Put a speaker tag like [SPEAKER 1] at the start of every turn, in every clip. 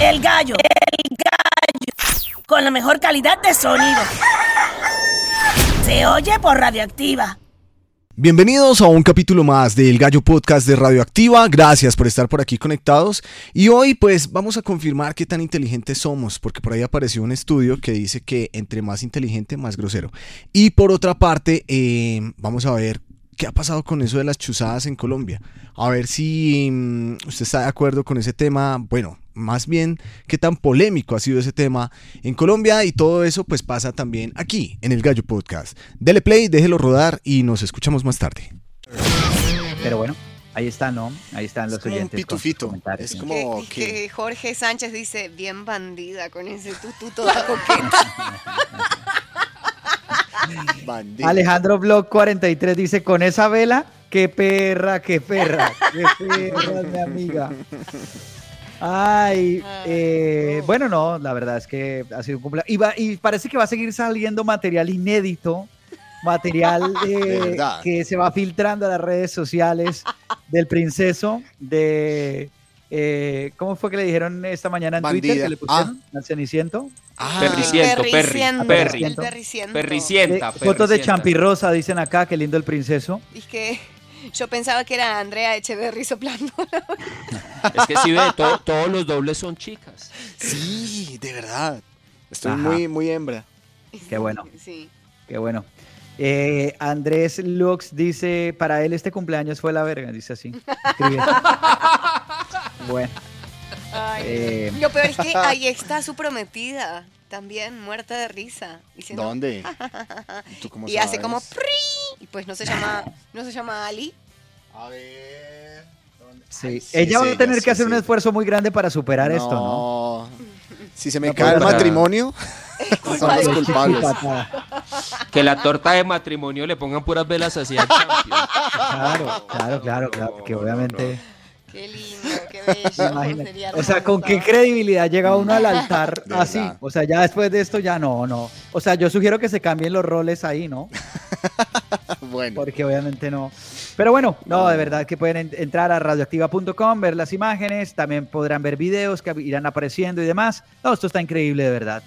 [SPEAKER 1] El gallo. El gallo. Con la mejor calidad de sonido. Se oye por radioactiva.
[SPEAKER 2] Bienvenidos a un capítulo más del Gallo Podcast de Radioactiva. Gracias por estar por aquí conectados. Y hoy pues vamos a confirmar qué tan inteligentes somos, porque por ahí apareció un estudio que dice que entre más inteligente, más grosero. Y por otra parte, eh, vamos a ver qué ha pasado con eso de las chuzadas en Colombia. A ver si mm, usted está de acuerdo con ese tema. Bueno, más bien qué tan polémico ha sido ese tema en Colombia y todo eso pues pasa también aquí en el Gallo Podcast. Dele play, déjelo rodar y nos escuchamos más tarde.
[SPEAKER 3] Pero bueno, ahí está, ¿no? Ahí están los
[SPEAKER 4] como un
[SPEAKER 3] oyentes. con sus
[SPEAKER 4] pitufito,
[SPEAKER 3] comentarios.
[SPEAKER 4] es como
[SPEAKER 5] que,
[SPEAKER 4] que-
[SPEAKER 5] que Jorge Sánchez dice, bien bandida con ese tutú toda coqueta.
[SPEAKER 4] bandido.
[SPEAKER 3] Alejandro Blog 43 dice, con esa vela, qué perra, qué perra, qué perra, mi amiga. Ay, eh, bueno, no, la verdad es que ha sido un cumpleaños. Y, va- y parece que va a seguir saliendo material inédito, material eh,
[SPEAKER 4] verdad.
[SPEAKER 3] que se va filtrando a las redes sociales del princeso, de... eh, ¿Cómo fue que le dijeron esta mañana en Twitter
[SPEAKER 4] Bandida.
[SPEAKER 3] que le pusieron al Ceniciento?
[SPEAKER 4] Ah,
[SPEAKER 6] Perriciento, perri,
[SPEAKER 5] Perriciento,
[SPEAKER 6] perri.
[SPEAKER 5] el perriciento.
[SPEAKER 6] Perricienta,
[SPEAKER 3] Eh, fotos de
[SPEAKER 6] perricienta.
[SPEAKER 3] Champirrosa, dicen acá, qué lindo el princeso.
[SPEAKER 5] Y que yo pensaba que era Andrea Echeverry soplando.
[SPEAKER 6] Es que si ve, to- todos los dobles son chicas.
[SPEAKER 4] sí, de verdad. Estoy
[SPEAKER 3] Ajá.
[SPEAKER 4] muy, muy hembra.
[SPEAKER 3] Qué bueno.
[SPEAKER 5] Sí.
[SPEAKER 3] Qué bueno. Eh, Andrés Lux dice, para él este cumpleaños fue la verga, dice así. escribe. bueno,
[SPEAKER 5] Ay,
[SPEAKER 3] Eh.
[SPEAKER 5] Lo peor es que ahí está su prometida, también muerta de risa. diciendo,
[SPEAKER 4] ¿Dónde? ¿Tú cómo
[SPEAKER 5] y hace
[SPEAKER 4] sabes?
[SPEAKER 5] como "Pri", y pues no se llama, no se llama Ali.
[SPEAKER 4] A ver. ¿dónde?
[SPEAKER 3] sí.
[SPEAKER 4] Ay, sí,
[SPEAKER 3] ella va a
[SPEAKER 4] sí,
[SPEAKER 3] tener
[SPEAKER 4] sí,
[SPEAKER 3] que hacer un
[SPEAKER 4] sí.
[SPEAKER 3] esfuerzo muy grande para superar esto, ¿no?
[SPEAKER 4] Si se me
[SPEAKER 3] No
[SPEAKER 4] cae el
[SPEAKER 3] puedo parar.
[SPEAKER 4] matrimonio, son los culpables.
[SPEAKER 3] Patada.
[SPEAKER 6] Que la torta de matrimonio le pongan puras velas hacia el champion.
[SPEAKER 3] Claro, claro, claro, claro, que obviamente...
[SPEAKER 5] Qué lindo, qué bello.
[SPEAKER 3] imagínate.
[SPEAKER 5] sería
[SPEAKER 3] O sea, ¿con qué
[SPEAKER 5] hermoso.
[SPEAKER 3] credibilidad llega uno al altar
[SPEAKER 4] De
[SPEAKER 3] así?
[SPEAKER 4] verdad.
[SPEAKER 3] O sea, ya después de esto ya no, no. O sea, yo sugiero que se cambien los roles ahí, ¿no?
[SPEAKER 4] Bueno,
[SPEAKER 3] Porque obviamente no. Pero bueno, no, de verdad que pueden en- entrar a radioactiva.com, ver las imágenes, también podrán ver videos que irán apareciendo y demás. No, esto está increíble, de verdad.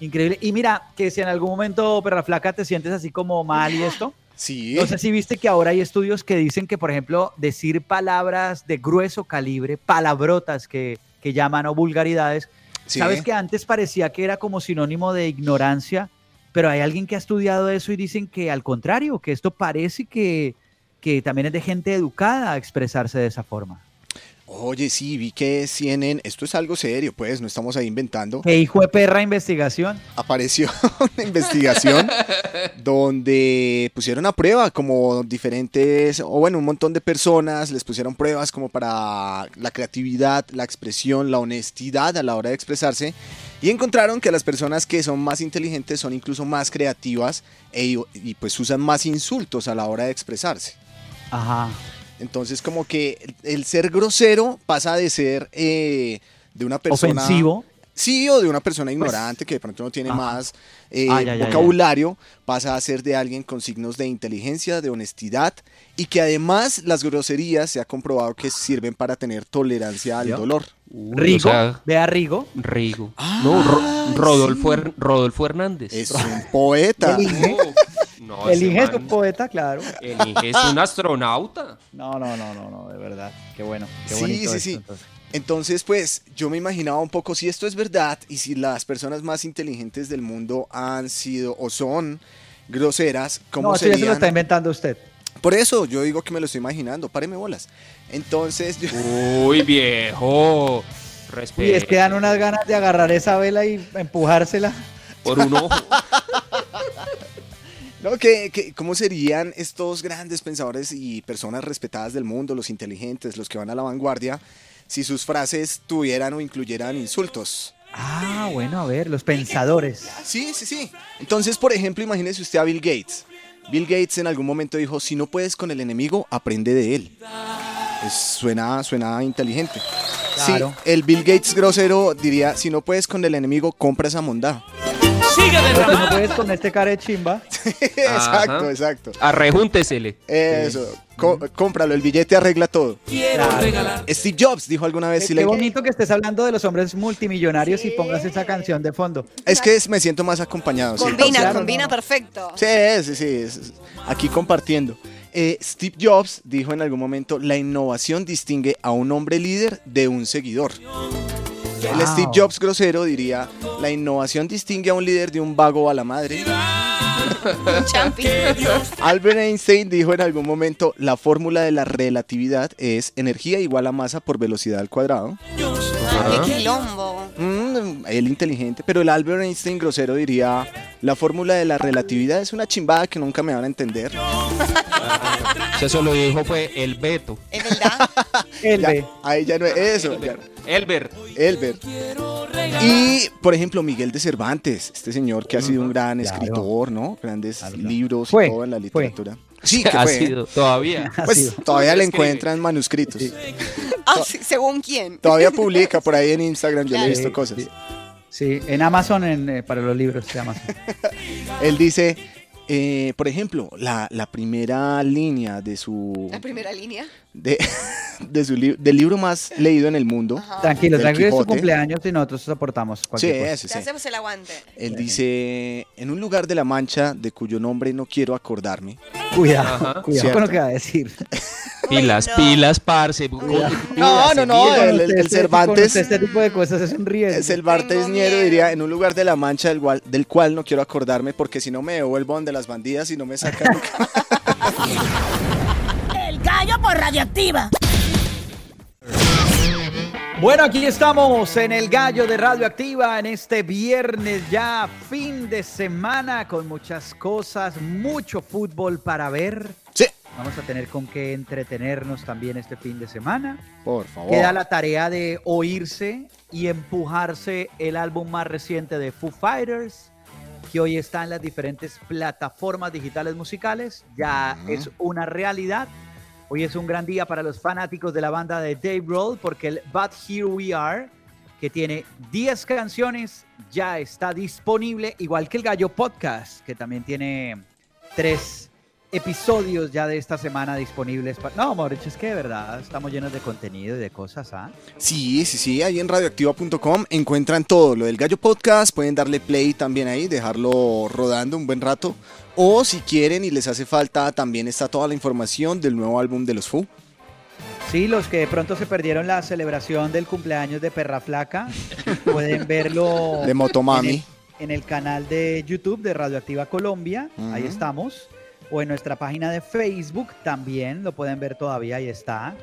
[SPEAKER 3] Increíble. Y mira, que si en algún momento, perra flaca, te sientes así como mal y esto.
[SPEAKER 4] sí.
[SPEAKER 3] No sé si viste que ahora hay estudios que dicen que, por ejemplo, decir palabras de grueso calibre, palabrotas que, que llaman o vulgaridades,
[SPEAKER 4] sí.
[SPEAKER 3] Sabes que antes parecía que era como sinónimo de ignorancia, pero hay alguien que ha estudiado eso y dicen que al contrario, que esto parece que, que también es de gente educada expresarse de esa forma.
[SPEAKER 4] Oye, sí, vi que CNN, esto es algo serio, pues, no estamos ahí inventando.
[SPEAKER 3] ¡Qué hijo de perra investigación!
[SPEAKER 4] apareció una investigación donde pusieron a prueba como diferentes, o bueno, un montón de personas les pusieron pruebas como para la creatividad, la expresión, la honestidad a la hora de expresarse y encontraron que las personas que son más inteligentes son incluso más creativas e- y pues usan más insultos a la hora de expresarse.
[SPEAKER 3] Ajá.
[SPEAKER 4] Entonces como que el, el ser grosero pasa de ser eh, de una persona...
[SPEAKER 3] Ofensivo. Pues,
[SPEAKER 4] Sí, o de una persona ignorante que de pronto no tiene
[SPEAKER 3] Ajá.
[SPEAKER 4] más eh,
[SPEAKER 3] Ah, ya, ya, ya.
[SPEAKER 4] vocabulario, pasa a ser de alguien con signos de inteligencia, de honestidad y que además las groserías se ha comprobado que sirven para tener tolerancia al
[SPEAKER 3] ¿Yo?
[SPEAKER 4] dolor.
[SPEAKER 3] Rigo.
[SPEAKER 6] O sea,
[SPEAKER 3] Ve a Rigo.
[SPEAKER 6] Rigo.
[SPEAKER 4] Ah,
[SPEAKER 6] no, Ro-
[SPEAKER 4] sí.
[SPEAKER 6] Rodolfo, Her- Rodolfo Hernández.
[SPEAKER 4] Es un poeta.
[SPEAKER 6] No, no,
[SPEAKER 3] El
[SPEAKER 6] ese
[SPEAKER 3] Inge es un
[SPEAKER 6] man-
[SPEAKER 3] poeta, claro.
[SPEAKER 6] el Inge es un astronauta.
[SPEAKER 3] No, no, no, no, no, de verdad. Qué bueno. Qué
[SPEAKER 4] Sí,
[SPEAKER 3] bonito
[SPEAKER 4] sí,
[SPEAKER 3] esto,
[SPEAKER 4] sí.
[SPEAKER 3] entonces.
[SPEAKER 4] Entonces, pues yo me imaginaba un poco si esto es verdad y si las personas más inteligentes del mundo han sido o son groseras, ¿cómo
[SPEAKER 3] No, eso ya se lo
[SPEAKER 4] serían?
[SPEAKER 3] está inventando usted.
[SPEAKER 4] Por eso yo digo que me lo estoy imaginando, páreme bolas. Entonces, yo-
[SPEAKER 6] Uy, viejo. Respeto.
[SPEAKER 3] Y es que dan unas ganas de agarrar esa vela y empujársela.
[SPEAKER 6] Por un ojo.
[SPEAKER 4] no, ¿qué- qué- ¿cómo serían estos grandes pensadores y personas respetadas del mundo, los inteligentes, los que van a la vanguardia, si sus frases tuvieran o incluyeran insultos?
[SPEAKER 3] Ah, bueno, a ver, los pensadores.
[SPEAKER 4] Sí, sí, sí. Entonces, por ejemplo, imagínese usted a Bill Gates. Bill Gates en algún momento dijo, si no puedes con el enemigo, aprende de él. Es- suena, suena inteligente.
[SPEAKER 3] Claro.
[SPEAKER 4] Sí, el Bill Gates grosero diría, si no puedes con el enemigo, compra esa mondá.
[SPEAKER 3] Pero tú no puedes con este cara de chimba.
[SPEAKER 4] exacto,
[SPEAKER 6] Ajá.
[SPEAKER 4] exacto.
[SPEAKER 6] Arrejúntesele.
[SPEAKER 4] Eso, co- cómpralo, el billete arregla todo. Steve Jobs dijo alguna vez, Pues si
[SPEAKER 3] Qué
[SPEAKER 4] le-
[SPEAKER 3] bonito que estés hablando de los hombres multimillonarios y pongas esa canción de fondo.
[SPEAKER 4] es que es- me siento más acompañado. sí.
[SPEAKER 5] Combina,
[SPEAKER 3] claro,
[SPEAKER 5] combina
[SPEAKER 3] no.
[SPEAKER 5] perfecto.
[SPEAKER 4] Sí, sí, sí. es- es- Aquí compartiendo. Eh, Steve Jobs dijo en algún momento, la innovación distingue a un hombre líder de un seguidor. El
[SPEAKER 3] Wow.
[SPEAKER 4] Steve Jobs grosero diría, la innovación distingue a un líder de un vago a la madre.
[SPEAKER 5] Un champi.
[SPEAKER 4] Albert Einstein dijo en algún momento, la fórmula de la relatividad es energía igual a masa por velocidad al cuadrado.
[SPEAKER 5] Ah, qué quilombo.
[SPEAKER 4] Mm, él inteligente, pero el Albert Einstein grosero diría, la fórmula de la relatividad es una chimbada que nunca me van a entender.
[SPEAKER 6] O sea, Eso lo dijo fue el Beto.
[SPEAKER 5] Es verdad.
[SPEAKER 3] El
[SPEAKER 4] Ya,
[SPEAKER 3] de
[SPEAKER 4] ahí ya no es eso. ya.
[SPEAKER 6] Elber.
[SPEAKER 4] Elber. Y, por ejemplo, Miguel de Cervantes, este señor que ha sido un gran
[SPEAKER 3] Claro.
[SPEAKER 4] escritor, ¿no? Grandes libros
[SPEAKER 3] Fue,
[SPEAKER 4] y todo en la
[SPEAKER 3] fue.
[SPEAKER 4] literatura. Sí, que
[SPEAKER 6] Ha
[SPEAKER 4] fue.
[SPEAKER 6] sido. Todavía.
[SPEAKER 3] Ha
[SPEAKER 4] Pues
[SPEAKER 3] sido.
[SPEAKER 4] todavía le
[SPEAKER 6] Escribe.
[SPEAKER 4] encuentran manuscritos.
[SPEAKER 5] Ah, sí, según quién.
[SPEAKER 4] Todavía publica por ahí en Instagram, yo le he
[SPEAKER 5] Claro.
[SPEAKER 4] visto cosas.
[SPEAKER 3] Sí, en Amazon, en, eh, para los libros de Amazon.
[SPEAKER 4] Él dice, eh, por ejemplo, la, la primera línea de su,
[SPEAKER 5] La primera línea.
[SPEAKER 4] de, de su li- del libro más leído en el mundo.
[SPEAKER 5] Ajá.
[SPEAKER 3] Tranquilo,
[SPEAKER 4] Del
[SPEAKER 3] tranquilo, es tu
[SPEAKER 4] Quijote.
[SPEAKER 3] cumpleaños y nosotros aportamos
[SPEAKER 4] Sí,
[SPEAKER 3] cualquier cosa.
[SPEAKER 4] sí,
[SPEAKER 5] Te
[SPEAKER 4] sí.
[SPEAKER 5] hacemos el aguante.
[SPEAKER 4] Él dice, en un lugar de la Mancha de cuyo nombre no quiero acordarme,
[SPEAKER 3] Cuidado,
[SPEAKER 6] Ajá.
[SPEAKER 3] cuidado
[SPEAKER 4] Cierto.
[SPEAKER 3] con lo que va a decir.
[SPEAKER 6] Pilas,
[SPEAKER 5] Uy, no.
[SPEAKER 6] pilas, parce.
[SPEAKER 4] No, no, no,
[SPEAKER 3] Con
[SPEAKER 4] el, el-
[SPEAKER 3] usted
[SPEAKER 4] el
[SPEAKER 3] este-
[SPEAKER 4] Cervantes.
[SPEAKER 3] con usted este tipo de cosas es un riesgo.
[SPEAKER 4] Es el Bartes
[SPEAKER 5] Tengo
[SPEAKER 4] Niero,
[SPEAKER 5] miedo.
[SPEAKER 4] diría, en un lugar de la mancha del cual, del cual no quiero acordarme porque si no me devuelvo donde las bandidas y no me sacan.
[SPEAKER 1] El gallo por radioactiva.
[SPEAKER 3] Bueno, aquí estamos en el gallo de Radioactiva en este viernes ya fin de semana con muchas cosas, mucho fútbol para ver.
[SPEAKER 4] sí,
[SPEAKER 3] Vamos a tener con qué entretenernos también este fin de semana.
[SPEAKER 4] por favor.
[SPEAKER 3] Queda la tarea de oírse y empujarse el álbum más reciente de Foo Fighters, que hoy está en las diferentes plataformas digitales musicales. Ya es una realidad. Hoy es un gran día para los fanáticos de la banda de Dave Grohl, porque el But Here We Are, que tiene 10 canciones, ya está disponible, igual que el Gallo Podcast, que también tiene tres episodios ya de esta semana disponibles. pa- No, Mauricio, es que de verdad estamos llenos de contenido y de cosas, ¿ah?
[SPEAKER 4] Sí, sí, sí, ahí en radioactiva.com encuentran todo lo del Gallo Podcast, pueden darle play también ahí, dejarlo rodando un buen rato. O si quieren y les hace falta, también está toda la información del nuevo álbum de los Foo.
[SPEAKER 3] Sí, los que de pronto se perdieron la celebración del cumpleaños de Perra Flaca, pueden verlo
[SPEAKER 4] De Motomami.
[SPEAKER 3] en el, en el canal de YouTube de Radioactiva Colombia, ahí
[SPEAKER 4] Ujú.
[SPEAKER 3] estamos, o en nuestra página de Facebook también, lo pueden ver todavía, ahí está.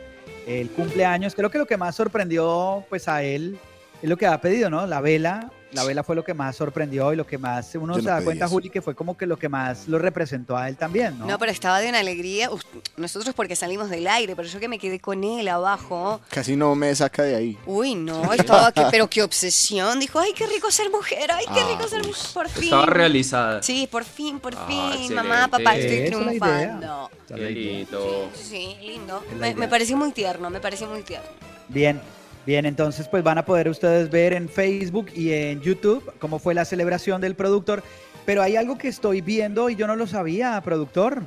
[SPEAKER 3] El cumpleaños, creo que lo que más sorprendió pues a él es lo que ha pedido, ¿no? La vela, la vela fue lo que más sorprendió y lo que más, uno
[SPEAKER 4] Yo
[SPEAKER 3] se
[SPEAKER 4] no
[SPEAKER 3] da
[SPEAKER 4] pedí
[SPEAKER 3] cuenta,
[SPEAKER 4] eso.
[SPEAKER 3] Juli, que fue como que lo que más lo representó a él también, ¿no?
[SPEAKER 5] No, pero estaba de una alegría. Uf, nosotros porque salimos del aire, pero yo que me quedé con él abajo.
[SPEAKER 4] Casi no me saca de ahí.
[SPEAKER 5] Uy, no, estaba que, pero qué obsesión. Dijo, ay, qué rico ser mujer, ay, qué
[SPEAKER 4] Ah,
[SPEAKER 5] rico ser mujer. Por fin.
[SPEAKER 6] Estaba realizada.
[SPEAKER 5] Sí, por fin, por
[SPEAKER 6] Ah,
[SPEAKER 5] fin.
[SPEAKER 6] excelente.
[SPEAKER 5] Mamá, papá, estoy
[SPEAKER 3] Esa es la
[SPEAKER 5] triunfando.
[SPEAKER 6] Qué lindo.
[SPEAKER 5] Sí, lindo.
[SPEAKER 3] Es la
[SPEAKER 5] Me, me
[SPEAKER 3] idea.
[SPEAKER 5] pareció muy tierno, me pareció muy tierno.
[SPEAKER 3] Bien, bien, entonces pues van a poder ustedes ver en Facebook y en YouTube cómo fue la celebración del productor. Pero hay algo que estoy viendo y yo no lo sabía, productor.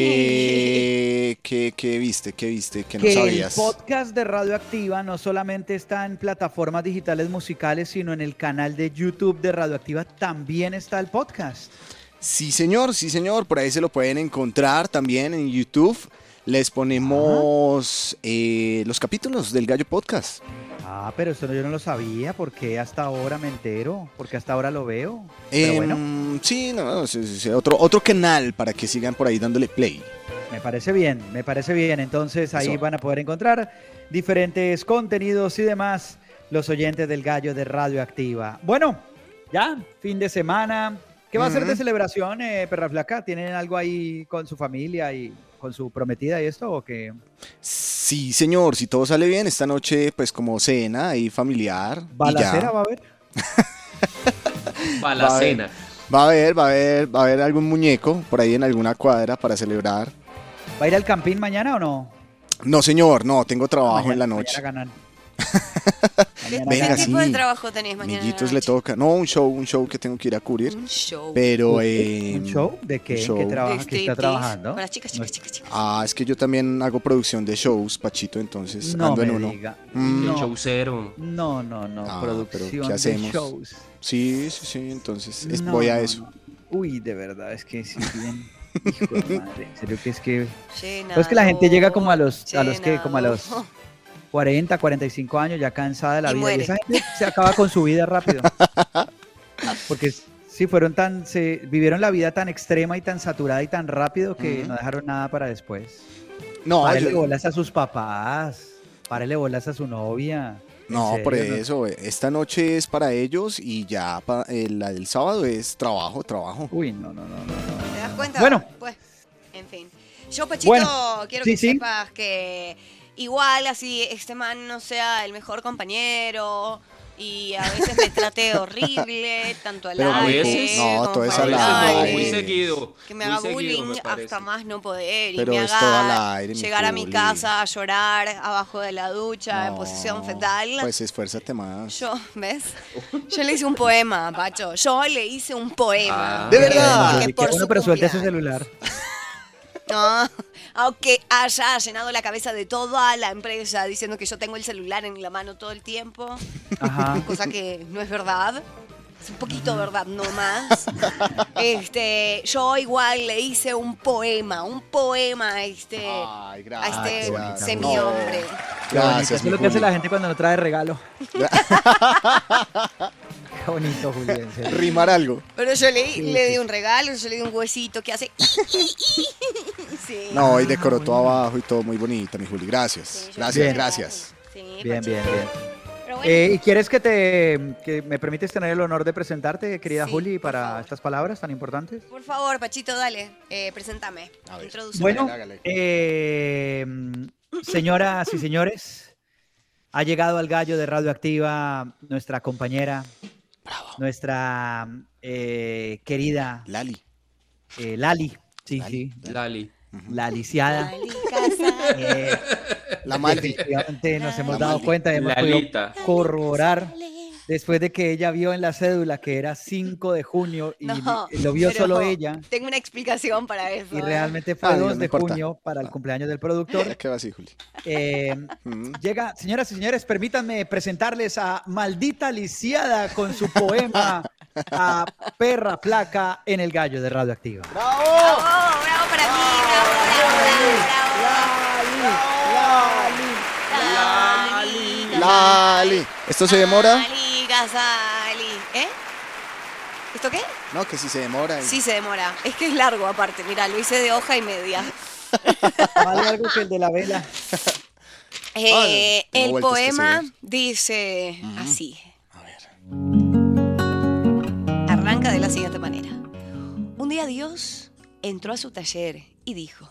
[SPEAKER 5] Ay.
[SPEAKER 4] ¿Qué, qué, qué viste? ¿Qué viste? Que no
[SPEAKER 3] que
[SPEAKER 4] sabías.
[SPEAKER 3] el podcast de Radioactiva no solamente está en plataformas digitales musicales, sino en el canal de YouTube de Radioactiva también está el podcast.
[SPEAKER 4] Sí, señor, sí, señor. Por ahí se lo pueden encontrar también en YouTube. Les ponemos eh, los capítulos del Gallo Podcast.
[SPEAKER 3] Ah, pero esto no- yo no lo sabía. ¿Por qué hasta ahora me entero? ¿Por qué hasta ahora lo veo?
[SPEAKER 4] Em,
[SPEAKER 3] Pero bueno,
[SPEAKER 4] Sí, no, no, sí, sí, sí, otro, otro canal para que sigan por ahí dándole play.
[SPEAKER 3] me parece bien, me parece bien. Entonces ahí
[SPEAKER 4] Eso.
[SPEAKER 3] van a poder encontrar diferentes contenidos y demás los oyentes del gallo de Radioactiva. Bueno, ya, fin de semana. ¿Qué va a ser de
[SPEAKER 4] Ujú.
[SPEAKER 3] celebración, eh, Perra Flaca? ¿Tienen algo ahí con su familia y con su prometida y esto? ¿O qué?
[SPEAKER 4] Sí, señor, si todo sale bien, esta noche, pues como cena y familiar. y ya.
[SPEAKER 3] ¿Balacera va a haber?
[SPEAKER 6] Para la
[SPEAKER 4] Va a ver.
[SPEAKER 6] cena.
[SPEAKER 4] Va a haber, va a haber, va a haber algún muñeco por ahí en alguna cuadra para celebrar.
[SPEAKER 3] ¿Va a ir al campín mañana o no?
[SPEAKER 4] No, señor, no, tengo trabajo
[SPEAKER 3] Mañana-
[SPEAKER 4] en la noche.
[SPEAKER 3] mañana ganan.
[SPEAKER 5] ¿Qué
[SPEAKER 3] Mañana
[SPEAKER 4] Venga,
[SPEAKER 3] ganan.
[SPEAKER 5] tipo de
[SPEAKER 4] sí.
[SPEAKER 5] trabajo tenés mañana? en la
[SPEAKER 4] Amiguitos le
[SPEAKER 5] noche?
[SPEAKER 4] toca. No, un show, un show que tengo que ir a cubrir.
[SPEAKER 5] Un show.
[SPEAKER 4] Pero.
[SPEAKER 3] ¿Un-
[SPEAKER 4] eh,
[SPEAKER 3] ¿Un show? ¿De qué?
[SPEAKER 4] un
[SPEAKER 3] ¿En
[SPEAKER 4] show.
[SPEAKER 3] qué
[SPEAKER 5] De
[SPEAKER 3] trabaja? ¿Qué está
[SPEAKER 5] striptease.
[SPEAKER 3] trabajando?
[SPEAKER 5] Para chicas, chicas, chicas, chicas.
[SPEAKER 4] Ah, es que yo también hago producción de shows, Pachito, entonces
[SPEAKER 3] No
[SPEAKER 4] ando en
[SPEAKER 3] me
[SPEAKER 4] uno.
[SPEAKER 3] diga.
[SPEAKER 4] Mm.
[SPEAKER 6] El
[SPEAKER 3] No.
[SPEAKER 6] showcero.
[SPEAKER 3] No, no, no.
[SPEAKER 4] Ah, pero ¿qué
[SPEAKER 3] producción de
[SPEAKER 4] hacemos?
[SPEAKER 3] shows.
[SPEAKER 4] Sí, sí, sí, entonces es-
[SPEAKER 3] No,
[SPEAKER 4] voy a
[SPEAKER 3] no,
[SPEAKER 4] eso.
[SPEAKER 3] no. Uy, de verdad, es que sí, bien. Hijo de madre, en serio que es que...
[SPEAKER 5] Llenador,
[SPEAKER 3] Pero es que la gente llega como a los, a los que, como a los
[SPEAKER 5] llenador.
[SPEAKER 3] 40, 45 años ya cansada de la
[SPEAKER 5] Y
[SPEAKER 3] vida. Y
[SPEAKER 5] muere.
[SPEAKER 3] esa gente se acaba con su vida rápido. Porque si fueron tan, se vivieron la vida tan extrema y tan saturada y tan rápido que
[SPEAKER 4] Ujú.
[SPEAKER 3] no dejaron nada para después.
[SPEAKER 4] No,
[SPEAKER 3] Párele
[SPEAKER 4] yo-
[SPEAKER 3] bolas a sus papás, párele bolas a su novia. En
[SPEAKER 4] no, por
[SPEAKER 3] serio, no-
[SPEAKER 4] eso. Esta noche es para ellos y ya pa- eh, la del sábado es trabajo, trabajo.
[SPEAKER 3] Uy, no, no, no, no. no.
[SPEAKER 5] ¿Te das cuenta?
[SPEAKER 3] Bueno.
[SPEAKER 5] Pues, en fin. Yo, Pachito,
[SPEAKER 3] Bueno,
[SPEAKER 5] quiero
[SPEAKER 3] sí,
[SPEAKER 5] que
[SPEAKER 3] sí.
[SPEAKER 5] sepas que igual así este man no sea el mejor compañero y a veces me trate horrible, tanto al
[SPEAKER 4] Pero
[SPEAKER 6] a
[SPEAKER 5] aire,
[SPEAKER 6] veces-
[SPEAKER 4] no,
[SPEAKER 5] como
[SPEAKER 4] todo es
[SPEAKER 5] fuera
[SPEAKER 6] A
[SPEAKER 4] al
[SPEAKER 5] del
[SPEAKER 6] veces no,
[SPEAKER 4] aire.
[SPEAKER 6] muy seguido.
[SPEAKER 5] Que me
[SPEAKER 6] muy
[SPEAKER 5] haga
[SPEAKER 6] seguido,
[SPEAKER 5] bullying
[SPEAKER 6] me parece.
[SPEAKER 5] hasta más no poder.
[SPEAKER 4] Pero
[SPEAKER 5] y me
[SPEAKER 4] es
[SPEAKER 5] haga
[SPEAKER 4] todo al aire, mi
[SPEAKER 5] llegar a mi
[SPEAKER 4] Juli.
[SPEAKER 5] casa a llorar abajo de la ducha en
[SPEAKER 4] No,
[SPEAKER 5] posición fetal.
[SPEAKER 4] Pues esfuérzate más.
[SPEAKER 5] Yo, ¿ves? Yo le hice un poema, Pacho. Yo le hice un poema.
[SPEAKER 6] Ah. ¿De
[SPEAKER 4] verdad?
[SPEAKER 5] Porque
[SPEAKER 3] Qué
[SPEAKER 5] por
[SPEAKER 3] bueno,
[SPEAKER 5] su
[SPEAKER 3] pero suelta su
[SPEAKER 5] cumpleaños.
[SPEAKER 3] celular.
[SPEAKER 5] No, aunque haya llenado la cabeza de toda la empresa diciendo que yo tengo el celular en la mano todo el tiempo,
[SPEAKER 3] Ajá.
[SPEAKER 5] cosa que no es verdad. Es un poquito verdad, no más. Este, yo igual le hice un poema, un poema a este,
[SPEAKER 4] Ay,
[SPEAKER 5] a
[SPEAKER 4] gracias.
[SPEAKER 5] este
[SPEAKER 4] No,
[SPEAKER 5] semihombre.
[SPEAKER 3] Eso
[SPEAKER 4] Gracias,
[SPEAKER 3] es lo que
[SPEAKER 4] mi
[SPEAKER 3] hace la
[SPEAKER 4] Juli.
[SPEAKER 3] gente cuando no trae regalo. Qué bonito, Julián. en serio.
[SPEAKER 4] Rimar algo.
[SPEAKER 5] Pero yo le, le di un regalo, yo le di un huesito que hace. Sí.
[SPEAKER 4] No,
[SPEAKER 3] Ah,
[SPEAKER 4] y decoró todo abajo y todo muy bonita, mi Juli. Gracias.
[SPEAKER 5] Sí, yo
[SPEAKER 4] Gracias,
[SPEAKER 5] le di un
[SPEAKER 4] gracias.
[SPEAKER 5] regalo. Sí,
[SPEAKER 3] Bien,
[SPEAKER 5] Pachito.
[SPEAKER 3] bien, bien.
[SPEAKER 5] Pero bueno,
[SPEAKER 3] Eh, ¿Y quieres que te que me permites tener el honor de presentarte, querida
[SPEAKER 5] Sí,
[SPEAKER 3] Juli,
[SPEAKER 5] por
[SPEAKER 3] para
[SPEAKER 5] favor.
[SPEAKER 3] estas palabras tan importantes?
[SPEAKER 5] por favor, Pachito, dale, eh, preséntame.
[SPEAKER 4] A ver.
[SPEAKER 5] Introduceme.
[SPEAKER 3] Bueno,
[SPEAKER 4] hágale.
[SPEAKER 3] eh, señoras y señores, ha llegado al gallo de Radioactiva nuestra compañera, nuestra eh, querida
[SPEAKER 4] Lali.
[SPEAKER 3] eh, Lali. Sí,
[SPEAKER 4] Lali.
[SPEAKER 3] sí,
[SPEAKER 6] Lali.
[SPEAKER 3] la aliciada.
[SPEAKER 5] Lali Casa.
[SPEAKER 3] Eh,
[SPEAKER 4] La Maldi.
[SPEAKER 3] Definitivamente nos hemos
[SPEAKER 4] La
[SPEAKER 3] dado
[SPEAKER 4] Maldi.
[SPEAKER 3] cuenta y hemos podido
[SPEAKER 6] Lalita.
[SPEAKER 3] corroborar después de que ella vio en la cédula que era 5 de junio y eh,
[SPEAKER 5] No,
[SPEAKER 3] lo vio
[SPEAKER 5] pero
[SPEAKER 3] solo ella
[SPEAKER 5] Tengo una explicación para eso.
[SPEAKER 3] y
[SPEAKER 5] ¿eh?
[SPEAKER 3] realmente fue
[SPEAKER 4] Ah, no
[SPEAKER 3] 2
[SPEAKER 4] me
[SPEAKER 3] de
[SPEAKER 4] importa.
[SPEAKER 3] junio para el
[SPEAKER 4] Ah.
[SPEAKER 3] cumpleaños del productor.
[SPEAKER 4] Ya quedó así, Juli.
[SPEAKER 3] Eh,
[SPEAKER 4] Mm.
[SPEAKER 3] llega, señoras y señores, permítanme presentarles a Maldita Lisiada con su poema a Perra Placa en el Gallo de Radioactiva.
[SPEAKER 5] ¡Bravo! ¡Bravo para mí! ¡Bravo, bravo, bravo, bravo!
[SPEAKER 4] Lali. ¿Esto se demora?
[SPEAKER 5] Lali, Casali. ¿Eh? ¿Esto qué?
[SPEAKER 4] No, que si se demora. y-
[SPEAKER 5] Sí se demora. Es que es largo aparte. Mira, lo hice de hoja y media.
[SPEAKER 3] Más largo que el de la vela.
[SPEAKER 5] Eh,
[SPEAKER 4] Ah, tengo
[SPEAKER 5] el
[SPEAKER 4] vueltas que
[SPEAKER 5] poema
[SPEAKER 4] seguir.
[SPEAKER 5] dice así.
[SPEAKER 4] A ver.
[SPEAKER 5] Arranca de la siguiente manera. Un día Dios entró a su taller y dijo,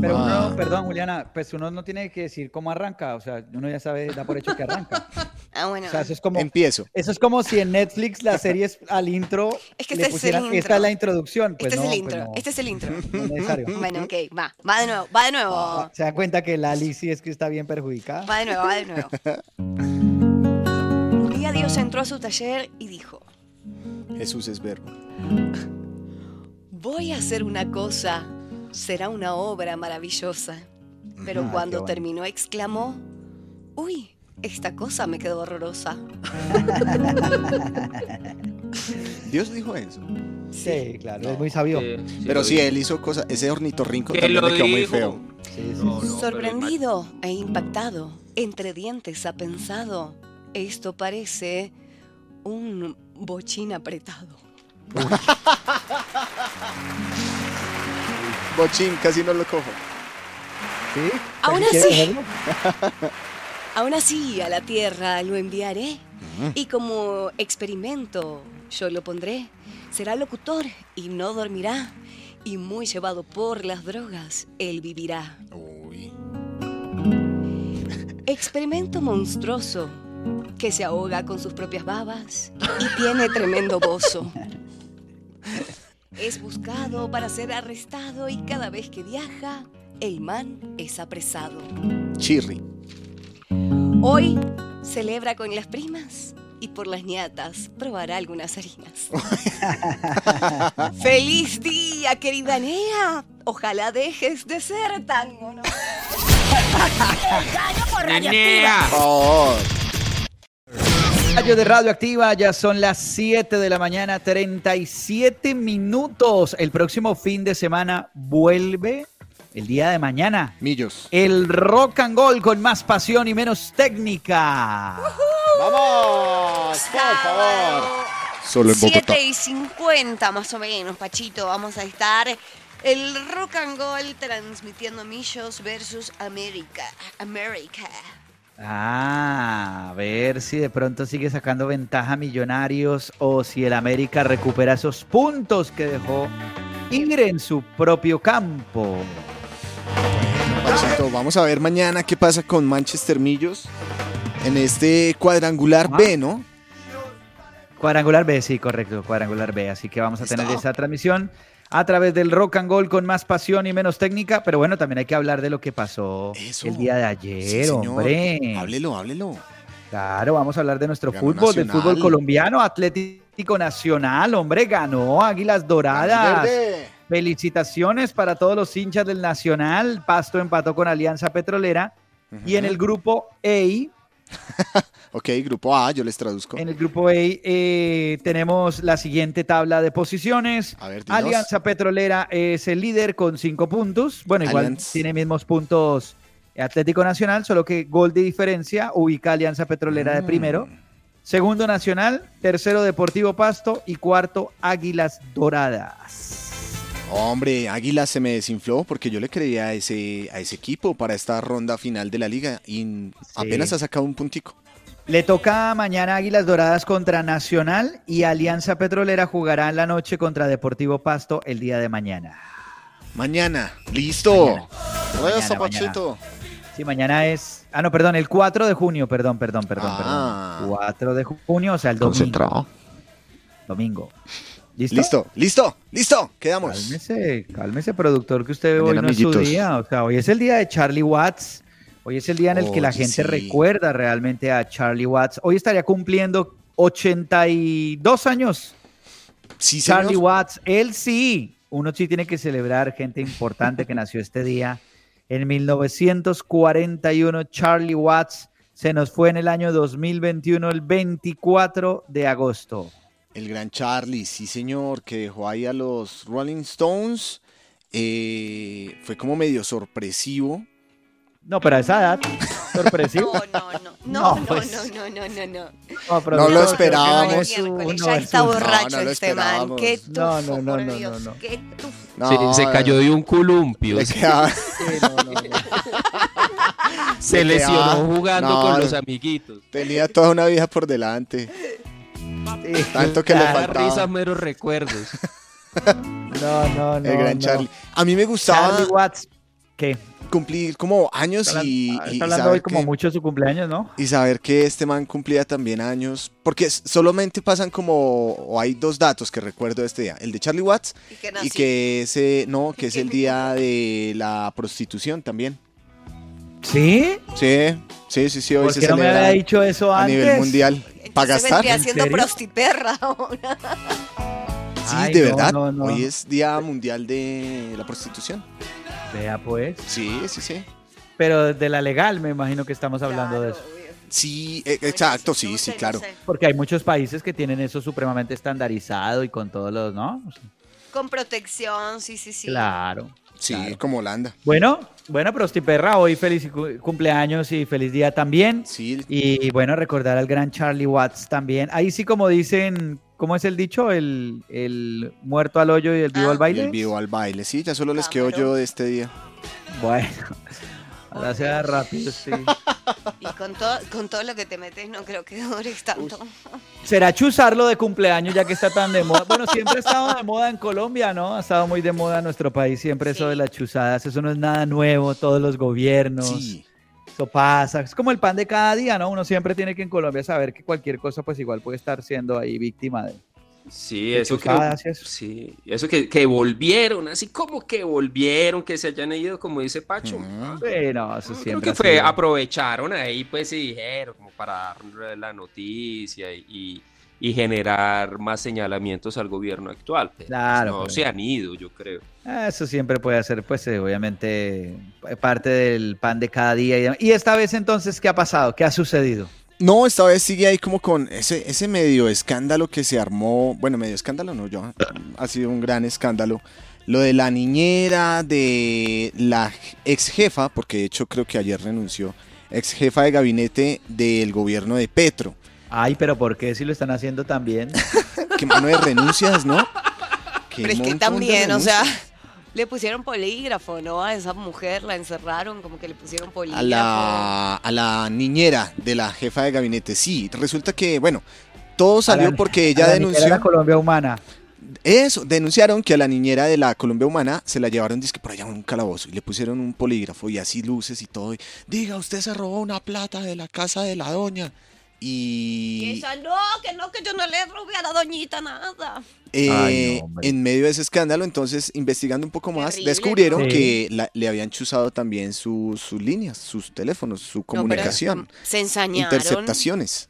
[SPEAKER 3] Pero
[SPEAKER 4] Ah.
[SPEAKER 3] uno, perdón, Juliana, pues uno no tiene que decir cómo arranca, o sea, uno ya sabe, da por hecho que arranca.
[SPEAKER 5] ah, bueno,
[SPEAKER 3] O sea, eso es como,
[SPEAKER 4] Empiezo.
[SPEAKER 3] eso es como si en Netflix las series al intro
[SPEAKER 5] Es que
[SPEAKER 3] le
[SPEAKER 5] este es el
[SPEAKER 3] pusieran,
[SPEAKER 5] intro.
[SPEAKER 3] esta es la introducción. Pues
[SPEAKER 5] este es
[SPEAKER 3] no,
[SPEAKER 5] el
[SPEAKER 3] pues
[SPEAKER 5] intro,
[SPEAKER 3] no,
[SPEAKER 5] este es el intro.
[SPEAKER 3] no es necesario.
[SPEAKER 5] Bueno, ok, va, va de nuevo, va de nuevo.
[SPEAKER 3] Ah, Se dan cuenta que la Alicia es que está bien perjudicada.
[SPEAKER 5] Va de nuevo, va de nuevo. Un día Dios entró a su taller y dijo,
[SPEAKER 4] Jesús es verbo.
[SPEAKER 5] voy a hacer una cosa, será una obra maravillosa. Pero
[SPEAKER 3] Ay, Ah, qué
[SPEAKER 5] cuando
[SPEAKER 3] bueno.
[SPEAKER 5] terminó exclamó, uy, esta cosa me quedó horrorosa.
[SPEAKER 4] Dios dijo eso.
[SPEAKER 3] Sí, claro,
[SPEAKER 4] No.
[SPEAKER 3] es muy sabio.
[SPEAKER 6] Sí,
[SPEAKER 4] Pero
[SPEAKER 6] lo
[SPEAKER 4] sí,
[SPEAKER 6] dijo.
[SPEAKER 4] él hizo cosas. Ese ornitorrinco
[SPEAKER 6] Que
[SPEAKER 4] también
[SPEAKER 6] lo
[SPEAKER 4] le quedó muy
[SPEAKER 6] dijo.
[SPEAKER 4] feo.
[SPEAKER 3] Sí, sí,
[SPEAKER 6] No, no, pero el
[SPEAKER 5] Sorprendido e impactado, entre dientes ha pensado, Esto parece un bochín apretado.
[SPEAKER 4] Bochín, casi no lo cojo.
[SPEAKER 3] ¿Sí?
[SPEAKER 5] Aún
[SPEAKER 3] ¿Quieres
[SPEAKER 5] así.
[SPEAKER 3] dejarlo?
[SPEAKER 5] Aún así, a la tierra lo enviaré y como experimento yo lo pondré. Será locutor y no dormirá y muy llevado por las drogas, él vivirá.
[SPEAKER 4] Uy.
[SPEAKER 5] Experimento monstruoso que se ahoga con sus propias babas y tiene tremendo bozo. Es buscado para ser arrestado y cada vez que viaja, el man es apresado.
[SPEAKER 4] Chirri.
[SPEAKER 5] Hoy celebra con las primas y por las ñatas probará algunas harinas. ¡Feliz día, querida Nea! Ojalá dejes de ser tan mono.
[SPEAKER 1] ¡El gallo por radioactiva!
[SPEAKER 6] ¡Nenea!
[SPEAKER 4] Oh,
[SPEAKER 3] Gallo de Radioactiva, ya son las 7 de la mañana, 37 minutos. El próximo fin de semana vuelve el día de mañana.
[SPEAKER 4] millos.
[SPEAKER 3] El rock and roll con más pasión y menos técnica.
[SPEAKER 4] ¡Vamos! ¡Por favor! Solo en Bogotá.
[SPEAKER 5] 7 y 50 más o menos, Pachito. Vamos a estar el rock and roll transmitiendo Millos versus América. América.
[SPEAKER 3] Ah, a ver si de pronto sigue sacando ventaja Millonarios o si el América recupera esos puntos que dejó ir en su propio campo.
[SPEAKER 4] Maxito, vamos a ver mañana qué pasa con Manchester Millos en este cuadrangular B, ¿no?
[SPEAKER 3] Cuadrangular B, sí, correcto, cuadrangular B. Así que vamos a tener
[SPEAKER 4] Listo.
[SPEAKER 3] esa transmisión a través del rock and roll con más pasión y menos técnica. Pero bueno, también hay que hablar de lo que pasó
[SPEAKER 4] Eso.
[SPEAKER 3] el día de
[SPEAKER 4] Sí,
[SPEAKER 3] ayer,
[SPEAKER 4] señor.
[SPEAKER 3] hombre.
[SPEAKER 4] Háblelo, háblelo.
[SPEAKER 3] Claro, vamos a hablar de nuestro
[SPEAKER 4] Ganó
[SPEAKER 3] fútbol, del
[SPEAKER 4] Nacional.
[SPEAKER 3] fútbol colombiano, Atlético Nacional, hombre, ganó Águilas Doradas.
[SPEAKER 4] Verde.
[SPEAKER 3] Felicitaciones para todos los hinchas del Nacional. Pasto empató con Alianza Petrolera. Y en el grupo EI,
[SPEAKER 4] Ok, grupo A, yo les traduzco.
[SPEAKER 3] En el grupo A eh, tenemos la siguiente tabla de posiciones.
[SPEAKER 4] A ver, dinos.
[SPEAKER 3] Alianza Petrolera es el líder con cinco puntos. Bueno, igual
[SPEAKER 4] Alianza.
[SPEAKER 3] tiene mismos puntos Atlético Nacional, solo que gol de diferencia ubica a Alianza Petrolera
[SPEAKER 4] Mm.
[SPEAKER 3] de primero. Segundo Nacional, tercero Deportivo Pasto y cuarto Águilas Doradas.
[SPEAKER 4] Hombre, Águila se me desinfló porque yo le creía a ese, a ese equipo para esta ronda final de la liga y apenas ha sacado un puntico.
[SPEAKER 3] Le toca mañana Águilas Doradas contra Nacional y Alianza Petrolera jugará en la noche contra Deportivo Pasto el día de mañana.
[SPEAKER 4] Mañana, listo.
[SPEAKER 3] Mañana.
[SPEAKER 4] Eso,
[SPEAKER 3] Mañana,
[SPEAKER 4] Pachito.
[SPEAKER 3] Sí, mañana es. Ah, no, perdón, el 4 de junio, perdón, perdón, perdón.
[SPEAKER 4] Ah.
[SPEAKER 3] perdón. 4 de junio, o sea, el domingo.
[SPEAKER 4] Concentrado.
[SPEAKER 3] Domingo. ¿Listo?
[SPEAKER 4] Listo, listo, listo. Quedamos.
[SPEAKER 3] Cálmese, cálmese, productor, que usted hoy
[SPEAKER 7] Mañana,
[SPEAKER 3] no es su
[SPEAKER 7] amiguitos.
[SPEAKER 3] día. O sea, hoy es el día de Charlie Watts. Hoy es el día en el que la
[SPEAKER 4] Oye,
[SPEAKER 3] gente
[SPEAKER 4] sí.
[SPEAKER 3] recuerda realmente a Charlie Watts. Hoy estaría cumpliendo 82 años.
[SPEAKER 4] Sí, señor.
[SPEAKER 3] Charlie Watts, él sí. Uno sí tiene que celebrar gente importante que nació este día. En 1941, Charlie Watts se nos fue en el año 2021, el 24 de agosto.
[SPEAKER 4] El gran Charlie, sí señor, que dejó ahí a los Rolling Stones. Eh, fue como medio sorpresivo.
[SPEAKER 3] No, pero a esa edad, sorpresivo.
[SPEAKER 5] No, no, no. No, no,
[SPEAKER 3] pues.
[SPEAKER 5] no, no, no, no, no.
[SPEAKER 3] No, pero
[SPEAKER 4] No lo
[SPEAKER 3] creo que
[SPEAKER 4] esperábamos.
[SPEAKER 3] no
[SPEAKER 5] Miércoles,
[SPEAKER 3] es un- no
[SPEAKER 5] Ya
[SPEAKER 3] es
[SPEAKER 5] está
[SPEAKER 3] un-
[SPEAKER 5] borracho
[SPEAKER 4] No, no lo
[SPEAKER 5] este man.
[SPEAKER 4] esperábamos.
[SPEAKER 5] Qué
[SPEAKER 3] No,
[SPEAKER 5] tufo,
[SPEAKER 3] no, no,
[SPEAKER 5] por
[SPEAKER 3] no,
[SPEAKER 5] Dios,
[SPEAKER 3] no, no.
[SPEAKER 5] qué tufo.
[SPEAKER 4] No,
[SPEAKER 6] se, se cayó de un columpio.
[SPEAKER 4] le
[SPEAKER 6] se-
[SPEAKER 4] quedaba-
[SPEAKER 6] se
[SPEAKER 4] le quedaba-
[SPEAKER 6] lesionó jugando
[SPEAKER 4] no,
[SPEAKER 6] con
[SPEAKER 4] no.
[SPEAKER 6] los amiguitos.
[SPEAKER 4] tenía toda una vida por delante.
[SPEAKER 3] Sí.
[SPEAKER 4] Tanto que le
[SPEAKER 6] Da risas,
[SPEAKER 4] faltaba.
[SPEAKER 6] meros recuerdos.
[SPEAKER 3] No, no, no.
[SPEAKER 4] El gran
[SPEAKER 3] no.
[SPEAKER 4] Charlie. A mí me gustaba
[SPEAKER 3] Charlie Watts, ¿qué?
[SPEAKER 4] cumplir como años
[SPEAKER 3] Está,
[SPEAKER 4] y, y- y
[SPEAKER 3] hablando hoy
[SPEAKER 4] saber
[SPEAKER 3] como
[SPEAKER 4] que,
[SPEAKER 3] mucho de su cumpleaños, ¿no?
[SPEAKER 4] y saber que este man cumplía también años. Porque s- solamente pasan como. O hay dos datos que recuerdo de este día: el de Charlie Watts
[SPEAKER 5] Y que
[SPEAKER 4] y
[SPEAKER 5] nació.
[SPEAKER 4] que ese. No, que es el día de la prostitución también.
[SPEAKER 3] ¿Sí?
[SPEAKER 4] Sí, sí, sí, sí, hoy
[SPEAKER 3] ¿Por
[SPEAKER 4] se
[SPEAKER 3] qué no me
[SPEAKER 4] celebra
[SPEAKER 3] había dicho eso
[SPEAKER 4] a
[SPEAKER 3] antes?
[SPEAKER 4] nivel mundial. ¿Para
[SPEAKER 5] Entonces
[SPEAKER 4] gastar?
[SPEAKER 5] vendría
[SPEAKER 4] Sí,
[SPEAKER 5] siendo
[SPEAKER 3] serio?
[SPEAKER 5] prostiperra ahora.
[SPEAKER 3] Ay,
[SPEAKER 4] de
[SPEAKER 3] no,
[SPEAKER 4] verdad.
[SPEAKER 3] no, no.
[SPEAKER 4] Hoy es Día Mundial de la Prostitución.
[SPEAKER 3] Vea, pues.
[SPEAKER 4] Sí, sí, sí.
[SPEAKER 3] Pero de la legal me imagino que estamos hablando de eso.
[SPEAKER 4] Sí, eh, exacto,
[SPEAKER 5] Bueno,
[SPEAKER 4] sí,
[SPEAKER 5] no
[SPEAKER 4] sí,
[SPEAKER 5] sé,
[SPEAKER 4] claro.
[SPEAKER 5] no sé.
[SPEAKER 3] Porque hay muchos países que tienen eso supremamente estandarizado y con todos los, ¿no?
[SPEAKER 5] Con protección, sí, sí, sí.
[SPEAKER 3] Claro.
[SPEAKER 4] Sí,
[SPEAKER 3] Claro.
[SPEAKER 4] como Holanda.
[SPEAKER 3] Bueno, Bueno, Prostiperra, hoy feliz cu- cumpleaños y feliz día también.
[SPEAKER 4] Sí,
[SPEAKER 3] Y bueno, recordar al gran Charlie Watts también. Ahí sí, como dicen, ¿cómo es el dicho? El, el muerto al hoyo y el vivo
[SPEAKER 5] Ah.
[SPEAKER 3] al baile.
[SPEAKER 4] el video al baile. Sí, ya solo les quedo
[SPEAKER 5] Camarón.
[SPEAKER 4] yo de este día.
[SPEAKER 3] Bueno,
[SPEAKER 5] Ah,
[SPEAKER 3] gracias rápido, sí.
[SPEAKER 5] Y con, todo con todo lo que te metes, no creo que dures tanto.
[SPEAKER 3] ¿Será chuzarlo de cumpleaños ya que está tan de moda? Bueno, siempre ha estado de moda en Colombia, ¿no? Ha estado muy de moda en nuestro país, siempre eso de las chuzadas. Eso no es nada nuevo, todos los gobiernos.
[SPEAKER 4] Sí.
[SPEAKER 3] Eso pasa, es como el pan de cada día, ¿no? Uno siempre tiene que en Colombia saber que cualquier cosa pues igual puede estar siendo ahí víctima de...
[SPEAKER 6] Sí,
[SPEAKER 3] De
[SPEAKER 6] eso que,
[SPEAKER 3] chuzadas y eso.
[SPEAKER 6] sí, eso que, que volvieron, así como que volvieron, que se hayan ido, como dice Pacho.
[SPEAKER 4] Mm.
[SPEAKER 3] Sí, no, eso
[SPEAKER 6] Yo Creo
[SPEAKER 3] siempre
[SPEAKER 6] que
[SPEAKER 3] ha
[SPEAKER 6] fue,
[SPEAKER 3] sido.
[SPEAKER 6] aprovecharon ahí, pues, y dijeron, como para dar la noticia y, y- y generar más señalamientos al gobierno actual. pero, pues,
[SPEAKER 3] Claro,
[SPEAKER 6] No
[SPEAKER 3] pero-
[SPEAKER 6] se han ido, yo creo.
[SPEAKER 3] Ah, Eso siempre puede ser, pues eh, obviamente, eh, parte del pan de cada día. y demás. Y esta vez entonces, ¿qué ha pasado? ¿Qué ha sucedido?
[SPEAKER 4] No, esta vez sigue ahí como con ese, ese medio escándalo que se armó. Bueno, medio escándalo no, yo. mm, Ha sido un gran escándalo. Lo de la niñera, de la ex jefa, porque de hecho creo que ayer renunció, ex jefa de gabinete del gobierno de Petro.
[SPEAKER 3] Ay, pero ¿por qué si lo están haciendo también?
[SPEAKER 4] Qué mano de renuncias, ¿no? Qué
[SPEAKER 5] Pero es que
[SPEAKER 4] montón de
[SPEAKER 5] también, o sea,
[SPEAKER 4] renuncias.
[SPEAKER 5] le pusieron polígrafo, ¿no? A esa mujer la encerraron, como que le pusieron polígrafo.
[SPEAKER 4] A la,
[SPEAKER 3] pues.
[SPEAKER 4] a la niñera de la jefa de gabinete. Sí, resulta que, bueno, todo salió
[SPEAKER 3] la-
[SPEAKER 4] porque
[SPEAKER 3] A
[SPEAKER 4] ella
[SPEAKER 3] la
[SPEAKER 4] denunció.
[SPEAKER 3] niñera Colombia Humana.
[SPEAKER 4] Eso, denunciaron que a la niñera de la Colombia Humana se la llevaron disque por allá a un calabozo y le pusieron un polígrafo y así luces y todo. y, Diga, usted se robó una plata de la casa de la doña.
[SPEAKER 5] Que
[SPEAKER 4] Y
[SPEAKER 5] esa, no, que no, que yo no le robé a la doñita nada.
[SPEAKER 4] eh,
[SPEAKER 3] Ay, no, hombre.
[SPEAKER 4] en medio de ese escándalo, entonces investigando un poco más,
[SPEAKER 5] Terrible,
[SPEAKER 4] descubrieron
[SPEAKER 3] ¿no?
[SPEAKER 4] que la- le habían chuzado también su- sus líneas, sus teléfonos, su comunicación,
[SPEAKER 5] se ensañaron.
[SPEAKER 4] interceptaciones.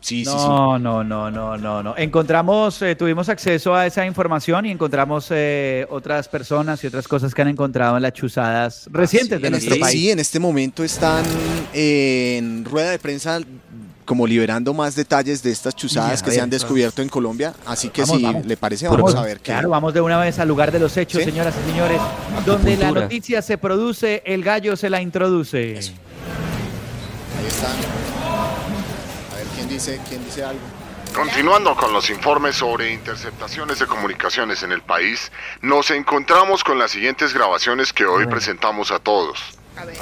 [SPEAKER 4] Sí, sí, sí.
[SPEAKER 3] No, no, no, no, no, no. Encontramos, eh, tuvimos acceso a esa información y encontramos eh, otras personas y otras cosas que han encontrado en las chuzadas recientes de
[SPEAKER 4] En
[SPEAKER 3] nuestro
[SPEAKER 4] este,
[SPEAKER 3] país.
[SPEAKER 4] sí, en este momento están eh, en rueda de prensa como liberando más detalles de estas chuzadas
[SPEAKER 3] Ya,
[SPEAKER 4] que
[SPEAKER 3] a
[SPEAKER 4] se
[SPEAKER 3] ver,
[SPEAKER 4] han descubierto en Colombia. Así que
[SPEAKER 3] Vamos,
[SPEAKER 4] si
[SPEAKER 3] vamos.
[SPEAKER 4] le parece, vamos a ver qué.
[SPEAKER 3] Claro, vamos de una vez al lugar de los hechos,
[SPEAKER 4] Sí.
[SPEAKER 3] señoras y señores. Donde la
[SPEAKER 6] Acupuntura.
[SPEAKER 3] noticia se produce, el gallo se la introduce.
[SPEAKER 4] Eso. Ahí están. A ver quién dice, quién dice algo.
[SPEAKER 7] Continuando con los informes sobre interceptaciones de comunicaciones en el país, nos encontramos con las siguientes grabaciones que hoy presentamos a todos.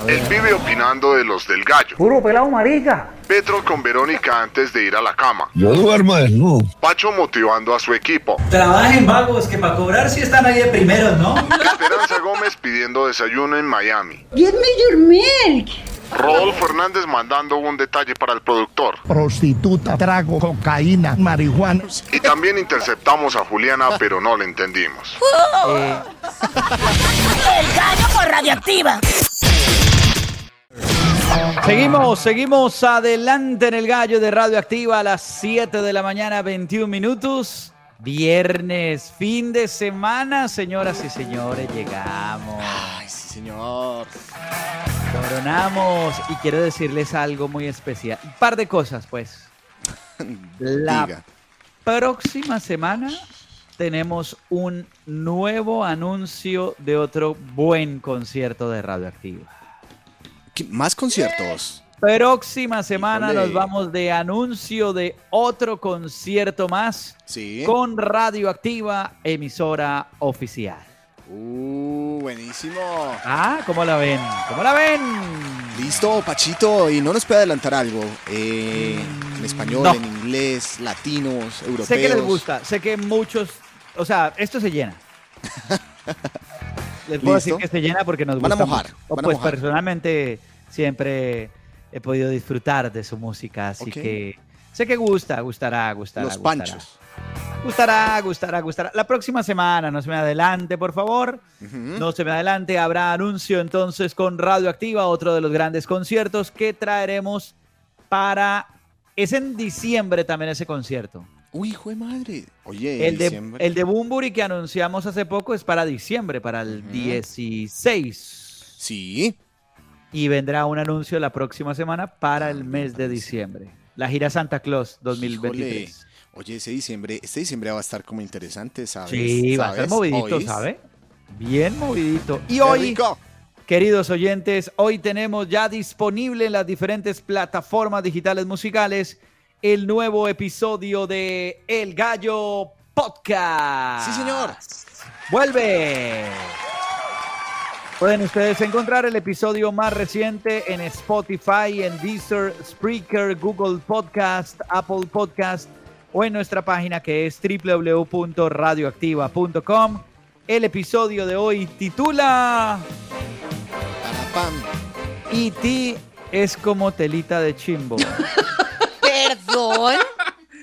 [SPEAKER 7] Él vive opinando de los del gallo.
[SPEAKER 8] Puro pelado marica.
[SPEAKER 7] Petro con Verónica antes de ir a la cama.
[SPEAKER 9] Yo duermo desnudo.
[SPEAKER 7] Pacho motivando a su equipo.
[SPEAKER 8] Trabajen vagos que para cobrar si están ahí de primeros, ¿no?
[SPEAKER 7] Esperanza Gómez pidiendo desayuno en Miami.
[SPEAKER 10] Give me your milk.
[SPEAKER 7] Rodolfo Hernández mandando un detalle para el productor.
[SPEAKER 9] Prostituta, trago, cocaína, marihuana.
[SPEAKER 7] Y también interceptamos a Juliana, pero no le entendimos.
[SPEAKER 8] Eh,
[SPEAKER 1] ¡El gallo por radioactiva!
[SPEAKER 3] Seguimos, seguimos adelante en el gallo de Radioactiva a las 7 de la mañana, 21 minutos. Viernes, fin de semana, señoras y señores, llegamos,
[SPEAKER 4] Ay, sí, señor.
[SPEAKER 3] coronamos y quiero decirles algo muy especial. Un par de cosas, pues. La
[SPEAKER 4] Diga.
[SPEAKER 3] próxima semana tenemos un nuevo anuncio de otro buen concierto de Radioactiva.
[SPEAKER 4] ¿Qué- Más conciertos.
[SPEAKER 3] Próxima semana
[SPEAKER 4] Híjole.
[SPEAKER 3] nos vamos de anuncio de otro concierto más
[SPEAKER 4] Sí.
[SPEAKER 3] con Radioactiva, emisora oficial.
[SPEAKER 4] Uh, buenísimo.
[SPEAKER 3] Ah, ¿cómo la ven? ¿Cómo la ven?
[SPEAKER 4] Listo, Pachito. Y no nos puede adelantar algo. eh, en español,
[SPEAKER 3] Mm, No.
[SPEAKER 4] en inglés, latinos, europeos.
[SPEAKER 3] Sé que les gusta, sé que muchos, o sea, esto se llena. les puedo decir
[SPEAKER 4] Listo.
[SPEAKER 3] que se llena porque nos
[SPEAKER 4] Van a
[SPEAKER 3] gusta
[SPEAKER 4] mojar,
[SPEAKER 3] mucho. O
[SPEAKER 4] van a
[SPEAKER 3] pues
[SPEAKER 4] mojar.
[SPEAKER 3] personalmente siempre he podido disfrutar de su música, así
[SPEAKER 4] Ok.
[SPEAKER 3] que sé que gusta, gustará, gustará.
[SPEAKER 4] Los
[SPEAKER 3] gustará.
[SPEAKER 4] panchos.
[SPEAKER 3] Gustará, gustará, gustará. La próxima semana, no se me adelante, por favor.
[SPEAKER 4] Ujú.
[SPEAKER 3] No se me adelante, habrá anuncio entonces con Radioactiva, otro de los grandes conciertos que traeremos para... Es en diciembre también ese concierto.
[SPEAKER 4] Uy, hijo de madre. Oye,
[SPEAKER 3] El de,
[SPEAKER 4] diciembre.
[SPEAKER 3] el de Bumburi que anunciamos hace poco es para diciembre, para el
[SPEAKER 4] Ujú.
[SPEAKER 3] 16.
[SPEAKER 4] Sí.
[SPEAKER 3] Y vendrá un anuncio la próxima semana para el mes de diciembre. La gira Santa Claus 2023.
[SPEAKER 4] Oye, ese diciembre, este diciembre va a estar como interesante, ¿sabes?
[SPEAKER 3] Sí, va a estar
[SPEAKER 4] ¿Sabes?
[SPEAKER 3] movidito,
[SPEAKER 4] ¿Oís?
[SPEAKER 3] ¿sabe? Bien movidito. Y
[SPEAKER 4] ¡Qué
[SPEAKER 3] hoy,
[SPEAKER 4] rico!
[SPEAKER 3] ¿qué, Queridos oyentes, hoy tenemos ya disponible en las diferentes plataformas digitales musicales el nuevo episodio de El Gallo Podcast.
[SPEAKER 4] Sí, señor.
[SPEAKER 3] Vuelve. Pueden ustedes encontrar el episodio más reciente en Spotify, en Deezer, Spreaker, Google Podcast, Apple Podcast o en nuestra página que es www.radioactiva.com. El episodio de hoy titula
[SPEAKER 4] Pam.
[SPEAKER 3] Y ti es como telita de chimbo.
[SPEAKER 5] Perdón.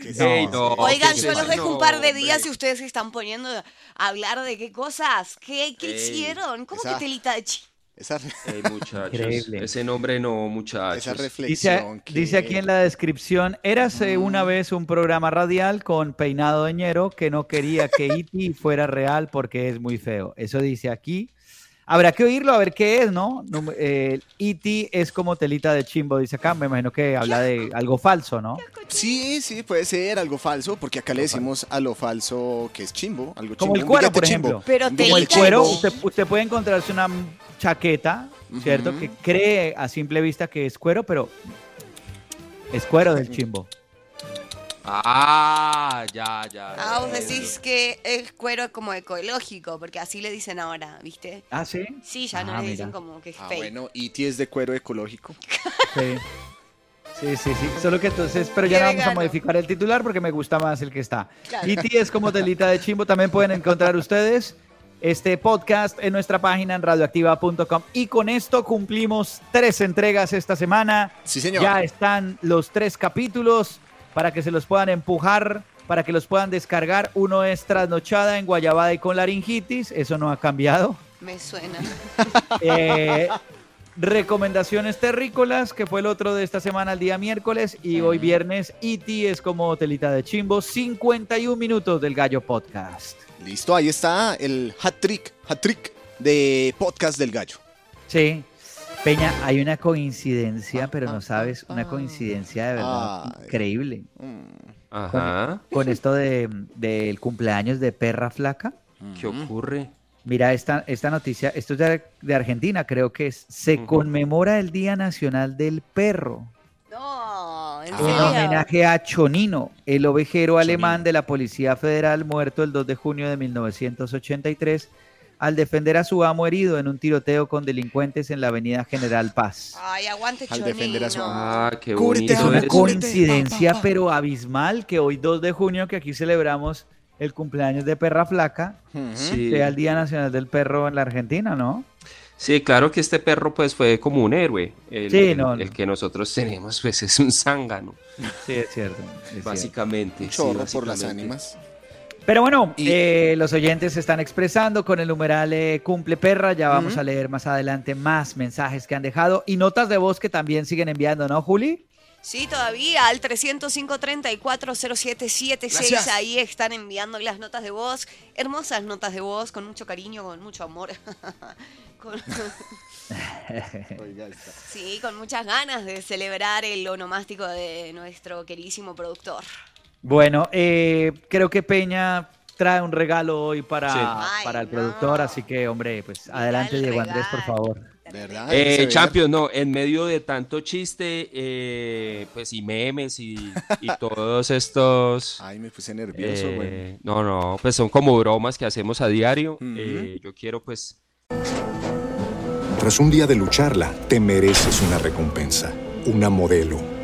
[SPEAKER 4] ¿Qué es
[SPEAKER 6] Ey,
[SPEAKER 4] eso?
[SPEAKER 6] no,
[SPEAKER 5] Oigan,
[SPEAKER 6] ¿qué
[SPEAKER 5] yo
[SPEAKER 6] pasa?
[SPEAKER 5] los dejo
[SPEAKER 6] No,
[SPEAKER 5] un par de
[SPEAKER 6] hombre.
[SPEAKER 5] días y ustedes se están poniendo a hablar de qué cosas, qué, qué
[SPEAKER 6] Ey.
[SPEAKER 5] hicieron, cómo
[SPEAKER 4] Esa-
[SPEAKER 5] que telita de chi.
[SPEAKER 4] Esa,
[SPEAKER 6] Ey, muchachos,
[SPEAKER 3] Increíble.
[SPEAKER 6] ese nombre no, muchachos.
[SPEAKER 4] esa
[SPEAKER 3] Dice,
[SPEAKER 4] reflexión. que- Mm.
[SPEAKER 3] dice aquí en la descripción, érase una vez un programa radial con peinado deñero que no quería que Iti fuera real porque es muy feo. Eso dice aquí. Habrá que oírlo a ver qué es, ¿no? No, eh, Iti es como telita de chimbo, dice acá. Me imagino que habla de algo falso, ¿no?
[SPEAKER 4] Sí, sí, puede ser algo falso, porque acá le decimos a lo falso que es chimbo, algo chimbo.
[SPEAKER 3] Como el
[SPEAKER 4] un
[SPEAKER 3] cuero,
[SPEAKER 4] billete
[SPEAKER 3] por
[SPEAKER 4] chimbo.
[SPEAKER 3] ejemplo.
[SPEAKER 5] Pero
[SPEAKER 4] Un
[SPEAKER 5] te
[SPEAKER 3] Como el
[SPEAKER 4] billete
[SPEAKER 3] cuero,
[SPEAKER 4] chimbo.
[SPEAKER 3] usted, usted puede encontrarse una chaqueta, ¿cierto?
[SPEAKER 4] Ujú.
[SPEAKER 3] Que cree a simple vista que es cuero, pero es cuero del chimbo.
[SPEAKER 6] Ah, ya, ya.
[SPEAKER 5] Ah, vos
[SPEAKER 6] eso.
[SPEAKER 5] decís que es cuero como ecológico, porque así le dicen ahora, ¿viste?
[SPEAKER 3] Ah, sí.
[SPEAKER 5] Sí, ya no
[SPEAKER 3] Ah,
[SPEAKER 5] le dicen
[SPEAKER 3] mira.
[SPEAKER 5] como que es
[SPEAKER 4] Ah,
[SPEAKER 5] fake.
[SPEAKER 4] bueno, E.T. es de cuero ecológico.
[SPEAKER 3] Sí. Sí, sí, sí. Solo que entonces, pero
[SPEAKER 5] Qué
[SPEAKER 3] ya vamos a
[SPEAKER 5] vegano.
[SPEAKER 3] modificar el titular porque me gusta más el que está.
[SPEAKER 5] Claro.
[SPEAKER 3] Y es como telita de chimbo. También pueden encontrar ustedes este podcast en nuestra página en radioactiva.com. Y con esto cumplimos tres entregas esta semana.
[SPEAKER 4] Sí, señor.
[SPEAKER 3] Ya están los tres capítulos para que se los puedan empujar, para que los puedan descargar. Uno es Trasnochada en Guayabada y con laringitis. Eso no ha cambiado.
[SPEAKER 5] Me suena.
[SPEAKER 3] Eh, recomendaciones terrícolas, que fue el otro de esta semana, el día miércoles. Y hoy viernes, E.T. es como telita de chimbo. 51 minutos del Gallo Podcast.
[SPEAKER 4] Listo, ahí está el hat trick, hat trick de podcast del gallo.
[SPEAKER 3] Sí. Peña, hay una coincidencia, pero no sabes, una coincidencia de verdad
[SPEAKER 4] Ah. Ay.
[SPEAKER 3] increíble.
[SPEAKER 4] Mm.
[SPEAKER 6] Ajá.
[SPEAKER 3] Con esto de- del cumpleaños de Perra Flaca.
[SPEAKER 6] ¿Qué ocurre?
[SPEAKER 3] Mira esta, esta noticia, esto es de, de Argentina, creo que es, se
[SPEAKER 6] Ujú.
[SPEAKER 3] conmemora el Día Nacional del Perro.
[SPEAKER 5] No, en
[SPEAKER 4] Ah.
[SPEAKER 3] En
[SPEAKER 5] serio.
[SPEAKER 3] homenaje a Chonino, el ovejero alemán de la Policía Federal muerto el 2 de junio de 1983 al defender a su amo herido en un tiroteo con delincuentes en la Avenida General Paz.
[SPEAKER 5] Ay, aguante,
[SPEAKER 4] Al defender a su
[SPEAKER 5] Chonino.
[SPEAKER 6] Ah, qué
[SPEAKER 4] Cúbrete,
[SPEAKER 6] bonito.
[SPEAKER 4] Ana,
[SPEAKER 3] Una
[SPEAKER 6] eso.
[SPEAKER 4] cúbrete.
[SPEAKER 3] coincidencia
[SPEAKER 4] pa, pa, pa.
[SPEAKER 3] pero abismal que hoy 2 de junio, que aquí celebramos el cumpleaños de Perra Flaca,
[SPEAKER 4] Ujú.
[SPEAKER 6] Sí.
[SPEAKER 3] sea el Día Nacional del Perro en la Argentina, ¿no?
[SPEAKER 6] Sí, claro que este perro pues fue como un héroe. El,
[SPEAKER 3] Sí,
[SPEAKER 6] el-
[SPEAKER 3] no,
[SPEAKER 6] el
[SPEAKER 3] no.
[SPEAKER 6] que nosotros tenemos pues es un zángano,
[SPEAKER 3] Sí, es cierto.
[SPEAKER 6] básicamente. sí,
[SPEAKER 4] Chorro por las
[SPEAKER 6] básicamente.
[SPEAKER 4] ánimas.
[SPEAKER 3] Pero bueno,
[SPEAKER 4] Y-
[SPEAKER 3] eh, los oyentes se están expresando con el numeral eh, cumple perra. Ya vamos
[SPEAKER 4] Ujú.
[SPEAKER 3] a leer más adelante más mensajes que han dejado y notas de voz que también siguen enviando, ¿no, Juli?
[SPEAKER 5] Sí, todavía al 305-34-0776.
[SPEAKER 4] Gracias.
[SPEAKER 5] Ahí están enviando las notas de voz. Hermosas notas de voz, con mucho cariño, con mucho amor. Con-
[SPEAKER 4] Oiga, está.
[SPEAKER 5] sí, con muchas ganas de celebrar el onomástico de nuestro queridísimo productor.
[SPEAKER 3] Bueno, eh, creo que Peña trae un regalo hoy para,
[SPEAKER 6] Sí.
[SPEAKER 5] Ay,
[SPEAKER 3] para el
[SPEAKER 5] no.
[SPEAKER 3] productor, así que, hombre, pues
[SPEAKER 5] Mira
[SPEAKER 3] adelante,
[SPEAKER 5] el
[SPEAKER 3] Diego Andrés, por
[SPEAKER 5] regalo.
[SPEAKER 3] favor.
[SPEAKER 4] ¿Verdad?
[SPEAKER 6] Eh,
[SPEAKER 4] Se ve-
[SPEAKER 6] Champions, no, en medio de tanto chiste, eh, pues y memes y, y todos estos...
[SPEAKER 4] Ah. Ay, me puse nervioso,
[SPEAKER 6] eh,
[SPEAKER 4] güey.
[SPEAKER 6] No, no, pues son como bromas que hacemos a diario.
[SPEAKER 4] Ujú.
[SPEAKER 6] Eh, yo quiero pues
[SPEAKER 11] Tras un día de lucharla, te mereces una recompensa, una modelo,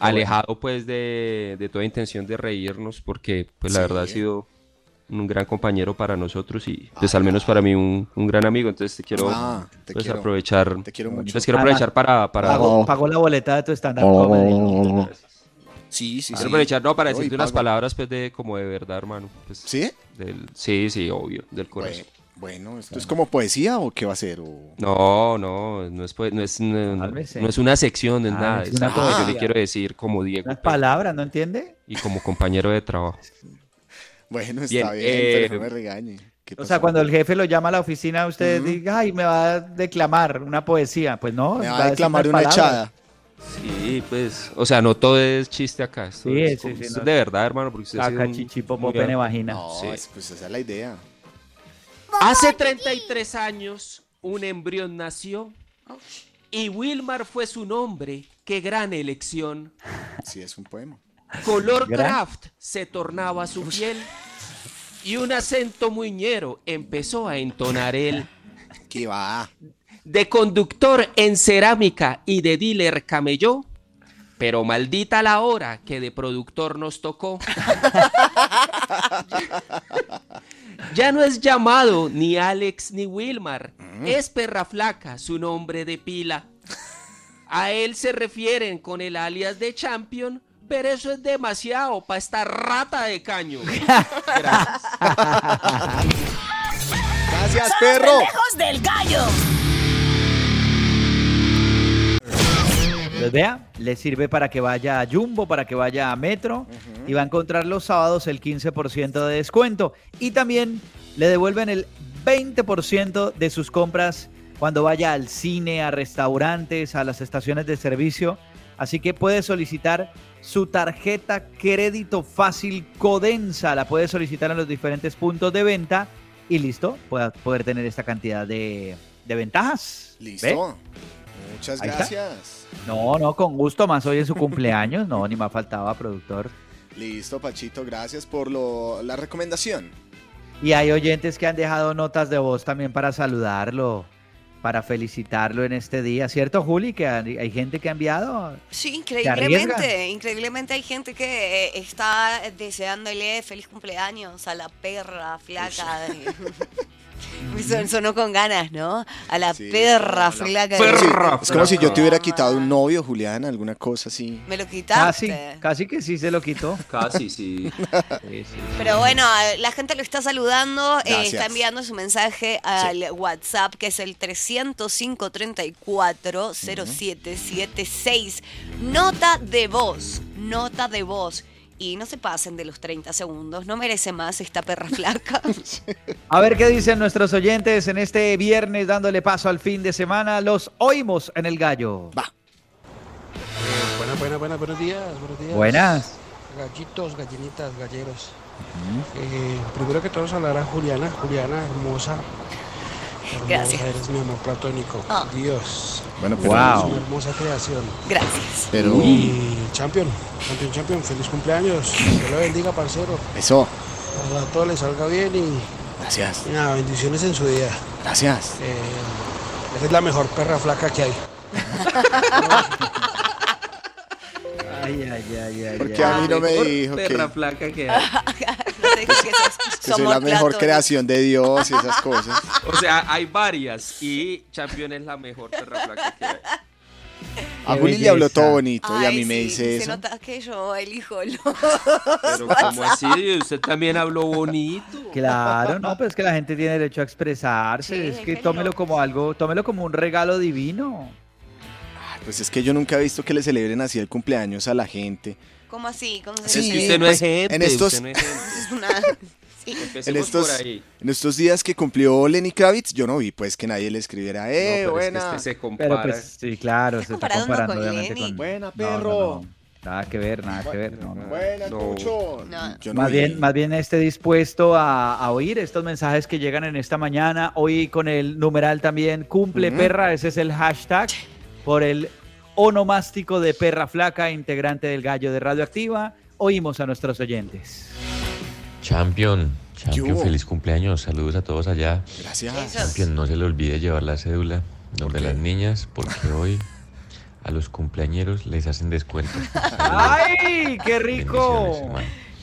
[SPEAKER 6] alejado pues de, de toda intención de reírnos, porque pues la
[SPEAKER 10] Sí.
[SPEAKER 6] verdad ha sido un gran compañero para nosotros y pues al menos para mí un, un gran amigo, entonces te quiero,
[SPEAKER 4] Ah, te
[SPEAKER 6] pues,
[SPEAKER 4] quiero.
[SPEAKER 6] aprovechar,
[SPEAKER 4] Te quiero mucho.
[SPEAKER 6] pues, quiero aprovechar para... para
[SPEAKER 3] Pagó, pagó la boleta de tu stand-up comedy.
[SPEAKER 4] Sí, sí, sí.
[SPEAKER 6] Quiero aprovechar, no, para
[SPEAKER 4] No, y
[SPEAKER 6] decirte unas
[SPEAKER 4] pago.
[SPEAKER 6] palabras pues de como de verdad, hermano. pues,
[SPEAKER 4] ¿Sí?
[SPEAKER 6] del- sí, sí, obvio, del corazón.
[SPEAKER 4] Bueno, ¿esto es como poesía o qué va a ser? O-
[SPEAKER 6] No, no, no es, pues, no es, no,
[SPEAKER 3] Cálmese.
[SPEAKER 6] no es una sección, no es
[SPEAKER 3] eh. Ah,
[SPEAKER 6] nada.
[SPEAKER 3] es
[SPEAKER 6] es
[SPEAKER 3] una
[SPEAKER 6] algo que yo le
[SPEAKER 3] poesía.
[SPEAKER 6] quiero decir como Diego pues,
[SPEAKER 3] Unas palabras, ¿no entiende?
[SPEAKER 6] y como compañero de trabajo.
[SPEAKER 4] Bueno, está
[SPEAKER 6] Bien,
[SPEAKER 4] bien,
[SPEAKER 6] eh,
[SPEAKER 4] pero no me regañe. ¿Qué
[SPEAKER 3] O
[SPEAKER 4] pasó?
[SPEAKER 3] sea, cuando el jefe lo llama a la oficina, usted diga, ay, me va a declamar una poesía. Pues no,
[SPEAKER 4] me
[SPEAKER 3] va
[SPEAKER 4] va a
[SPEAKER 3] decir
[SPEAKER 4] declamar
[SPEAKER 3] unas
[SPEAKER 4] una
[SPEAKER 3] palabras.
[SPEAKER 4] echada.
[SPEAKER 6] Sí, pues, o sea, no todo es chiste acá. esto
[SPEAKER 3] Sí,
[SPEAKER 6] es,
[SPEAKER 3] sí,
[SPEAKER 6] como-
[SPEAKER 3] sí,
[SPEAKER 6] esto
[SPEAKER 3] no.
[SPEAKER 6] es de verdad, hermano, porque usted ha sido
[SPEAKER 3] Caca,
[SPEAKER 6] un-
[SPEAKER 3] chichi, popó,
[SPEAKER 6] muy-
[SPEAKER 3] pene, vagina.
[SPEAKER 4] No,
[SPEAKER 6] Sí.
[SPEAKER 4] es- pues esa es la idea.
[SPEAKER 6] Hace 33 años, un embrión nació y Wilmar fue su nombre. ¡Qué gran elección!
[SPEAKER 4] Sí, es un poema.
[SPEAKER 6] Color
[SPEAKER 3] Gran.
[SPEAKER 6] draft se tornaba su piel y un acento muñero empezó a entonar él.
[SPEAKER 4] ¿Qué va?
[SPEAKER 6] De conductor en cerámica y de dealer camelló, pero maldita la hora que de productor nos tocó. ya no es llamado ni Alex ni Wilmar,
[SPEAKER 4] Mm.
[SPEAKER 6] es perra flaca su nombre de pila. A él se refieren con el alias de Champion, pero eso es demasiado para esta rata de caño. Gracias.
[SPEAKER 1] ¡Son
[SPEAKER 4] Gracias,
[SPEAKER 1] los
[SPEAKER 4] perro.
[SPEAKER 1] pendejos del gallo!
[SPEAKER 3] Pues vea, le sirve para que vaya a Jumbo, para que vaya a Metro y va a encontrar los sábados el 15% de descuento. Y también le devuelven el 20% de sus compras cuando vaya al cine, a restaurantes, a las estaciones de servicio. Así que puede solicitar su tarjeta crédito fácil Codensa. La puede solicitar en los diferentes puntos de venta y listo, pueda poder tener esta cantidad de, de ventajas. ¿Ve?
[SPEAKER 4] Listo. Muchas
[SPEAKER 3] Ahí está.
[SPEAKER 4] gracias.
[SPEAKER 3] No, no, con gusto más hoy es su cumpleaños. No, ni más faltaba, productor.
[SPEAKER 4] Listo, Pachito. Gracias por lo- la recomendación.
[SPEAKER 3] Y hay oyentes que han dejado notas de voz también para saludarlo, para felicitarlo en este día. ¿Cierto, Juli? Que hay, hay gente que ha enviado.
[SPEAKER 5] Sí, increíblemente,
[SPEAKER 3] arriesga?
[SPEAKER 5] increíblemente hay gente que eh, está deseándole feliz cumpleaños a la perra flaca. de- Son- sonó con ganas, ¿no? A la
[SPEAKER 4] Sí,
[SPEAKER 5] perra
[SPEAKER 4] la
[SPEAKER 5] flaca. de-
[SPEAKER 6] perra
[SPEAKER 4] Es como si yo te hubiera quitado un novio, Julián, alguna cosa así.
[SPEAKER 5] Me lo quitaste.
[SPEAKER 3] Casi, casi que sí se lo quitó.
[SPEAKER 6] Casi, sí. Sí, sí.
[SPEAKER 5] Pero bueno, la gente lo está saludando, eh,
[SPEAKER 4] Gracias.
[SPEAKER 5] está enviando su mensaje al WhatsApp, que es el 305-34-0776. Nota de voz, nota de voz. Y no se pasen de los 30 segundos, no merece más esta perra flaca.
[SPEAKER 3] A ver qué dicen nuestros oyentes en este viernes, dándole paso al fin de semana. Los oímos en el gallo.
[SPEAKER 4] Va.
[SPEAKER 12] Buenas, buenas, buenas, buenos días, buenos días.
[SPEAKER 3] Buenas.
[SPEAKER 12] Gallitos, gallinitas, galleros. Eh, primero que todo saludar a Juliana, Juliana, hermosa. Hermosa,
[SPEAKER 5] Gracias.
[SPEAKER 12] eres mi amor platónico.
[SPEAKER 5] Ah.
[SPEAKER 12] Dios.
[SPEAKER 4] Bueno,
[SPEAKER 12] Eres
[SPEAKER 4] pero.
[SPEAKER 3] Wow.
[SPEAKER 12] una hermosa creación.
[SPEAKER 5] Gracias.
[SPEAKER 4] pero-
[SPEAKER 12] Y champion, champion, champion, feliz cumpleaños. Que lo bendiga, parcero.
[SPEAKER 4] Eso.
[SPEAKER 12] Ojalá todo le salga bien y,
[SPEAKER 4] Gracias.
[SPEAKER 12] y nada, bendiciones en su día.
[SPEAKER 4] Gracias.
[SPEAKER 12] Eh, eres la mejor perra flaca que hay.
[SPEAKER 3] Ay, ay, ay, ay.
[SPEAKER 4] Porque a mí no me
[SPEAKER 6] Mejor
[SPEAKER 4] dijo que,
[SPEAKER 6] Perra flaca que...
[SPEAKER 5] No te digo que sos-
[SPEAKER 4] que soy
[SPEAKER 5] somos
[SPEAKER 4] la mejor
[SPEAKER 5] platónicos.
[SPEAKER 4] creación de Dios y esas cosas.
[SPEAKER 6] O sea, hay varias y Champion es la mejor perra flaca que hay.
[SPEAKER 4] A
[SPEAKER 3] Qué
[SPEAKER 4] Juli le habló
[SPEAKER 3] belleza.
[SPEAKER 4] todo bonito y a
[SPEAKER 5] Ay,
[SPEAKER 4] mí me
[SPEAKER 5] sí,
[SPEAKER 4] dice
[SPEAKER 5] Se
[SPEAKER 4] eso.
[SPEAKER 5] nota que yo elijo lo-
[SPEAKER 6] Pero como así, usted también habló bonito.
[SPEAKER 3] Claro, no, pero es que la gente tiene derecho a expresarse.
[SPEAKER 5] Sí,
[SPEAKER 3] es que
[SPEAKER 5] qué
[SPEAKER 3] tómelo
[SPEAKER 5] locos.
[SPEAKER 3] como algo, tómelo como un regalo divino.
[SPEAKER 4] Pues es que yo nunca he visto que le celebren así el cumpleaños a la gente.
[SPEAKER 5] ¿Cómo así? ¿Cómo se
[SPEAKER 4] Sí,
[SPEAKER 6] Es
[SPEAKER 5] dice?
[SPEAKER 6] que usted no es
[SPEAKER 4] pues, en
[SPEAKER 6] gente,
[SPEAKER 4] estos-
[SPEAKER 6] usted no es gente.
[SPEAKER 5] Una- sí.
[SPEAKER 6] Empecemos
[SPEAKER 4] en estos,
[SPEAKER 6] por ahí.
[SPEAKER 4] en estos días que cumplió Lenny Kravitz, yo no vi pues que nadie le escribiera,
[SPEAKER 6] No,
[SPEAKER 4] eh,
[SPEAKER 6] pero es que
[SPEAKER 4] buena.
[SPEAKER 6] este se
[SPEAKER 3] Pero
[SPEAKER 6] compara.
[SPEAKER 3] pues sí, claro,
[SPEAKER 5] Está
[SPEAKER 3] se está
[SPEAKER 5] comparándonos
[SPEAKER 3] comparando
[SPEAKER 5] con
[SPEAKER 3] obviamente
[SPEAKER 5] Lenny.
[SPEAKER 3] con...
[SPEAKER 4] Buena,
[SPEAKER 3] No, no,
[SPEAKER 4] perro.
[SPEAKER 3] no. Nada que ver, nada que ver. no, no.
[SPEAKER 4] Buena,
[SPEAKER 6] No.
[SPEAKER 4] Tucho.
[SPEAKER 5] No.
[SPEAKER 4] Yo no
[SPEAKER 3] Más
[SPEAKER 4] vi.
[SPEAKER 3] bien, más bien esté dispuesto a, a oír estos mensajes que llegan en esta mañana. Hoy con el numeral también cumple
[SPEAKER 4] Ujú.
[SPEAKER 3] perra, ese es el hashtag por el onomástico de perra flaca, integrante del gallo de Radioactiva. Oímos a nuestros oyentes.
[SPEAKER 13] Champion,
[SPEAKER 4] ¿Qué
[SPEAKER 13] Champion,
[SPEAKER 4] hubo?
[SPEAKER 13] feliz cumpleaños, saludos a todos allá.
[SPEAKER 4] Gracias.
[SPEAKER 5] Eso.
[SPEAKER 13] Champion, no se le olvide llevar la cédula donde
[SPEAKER 4] qué?
[SPEAKER 13] las niñas, porque hoy a los cumpleañeros les hacen descuento.
[SPEAKER 3] ¡Ay, qué rico!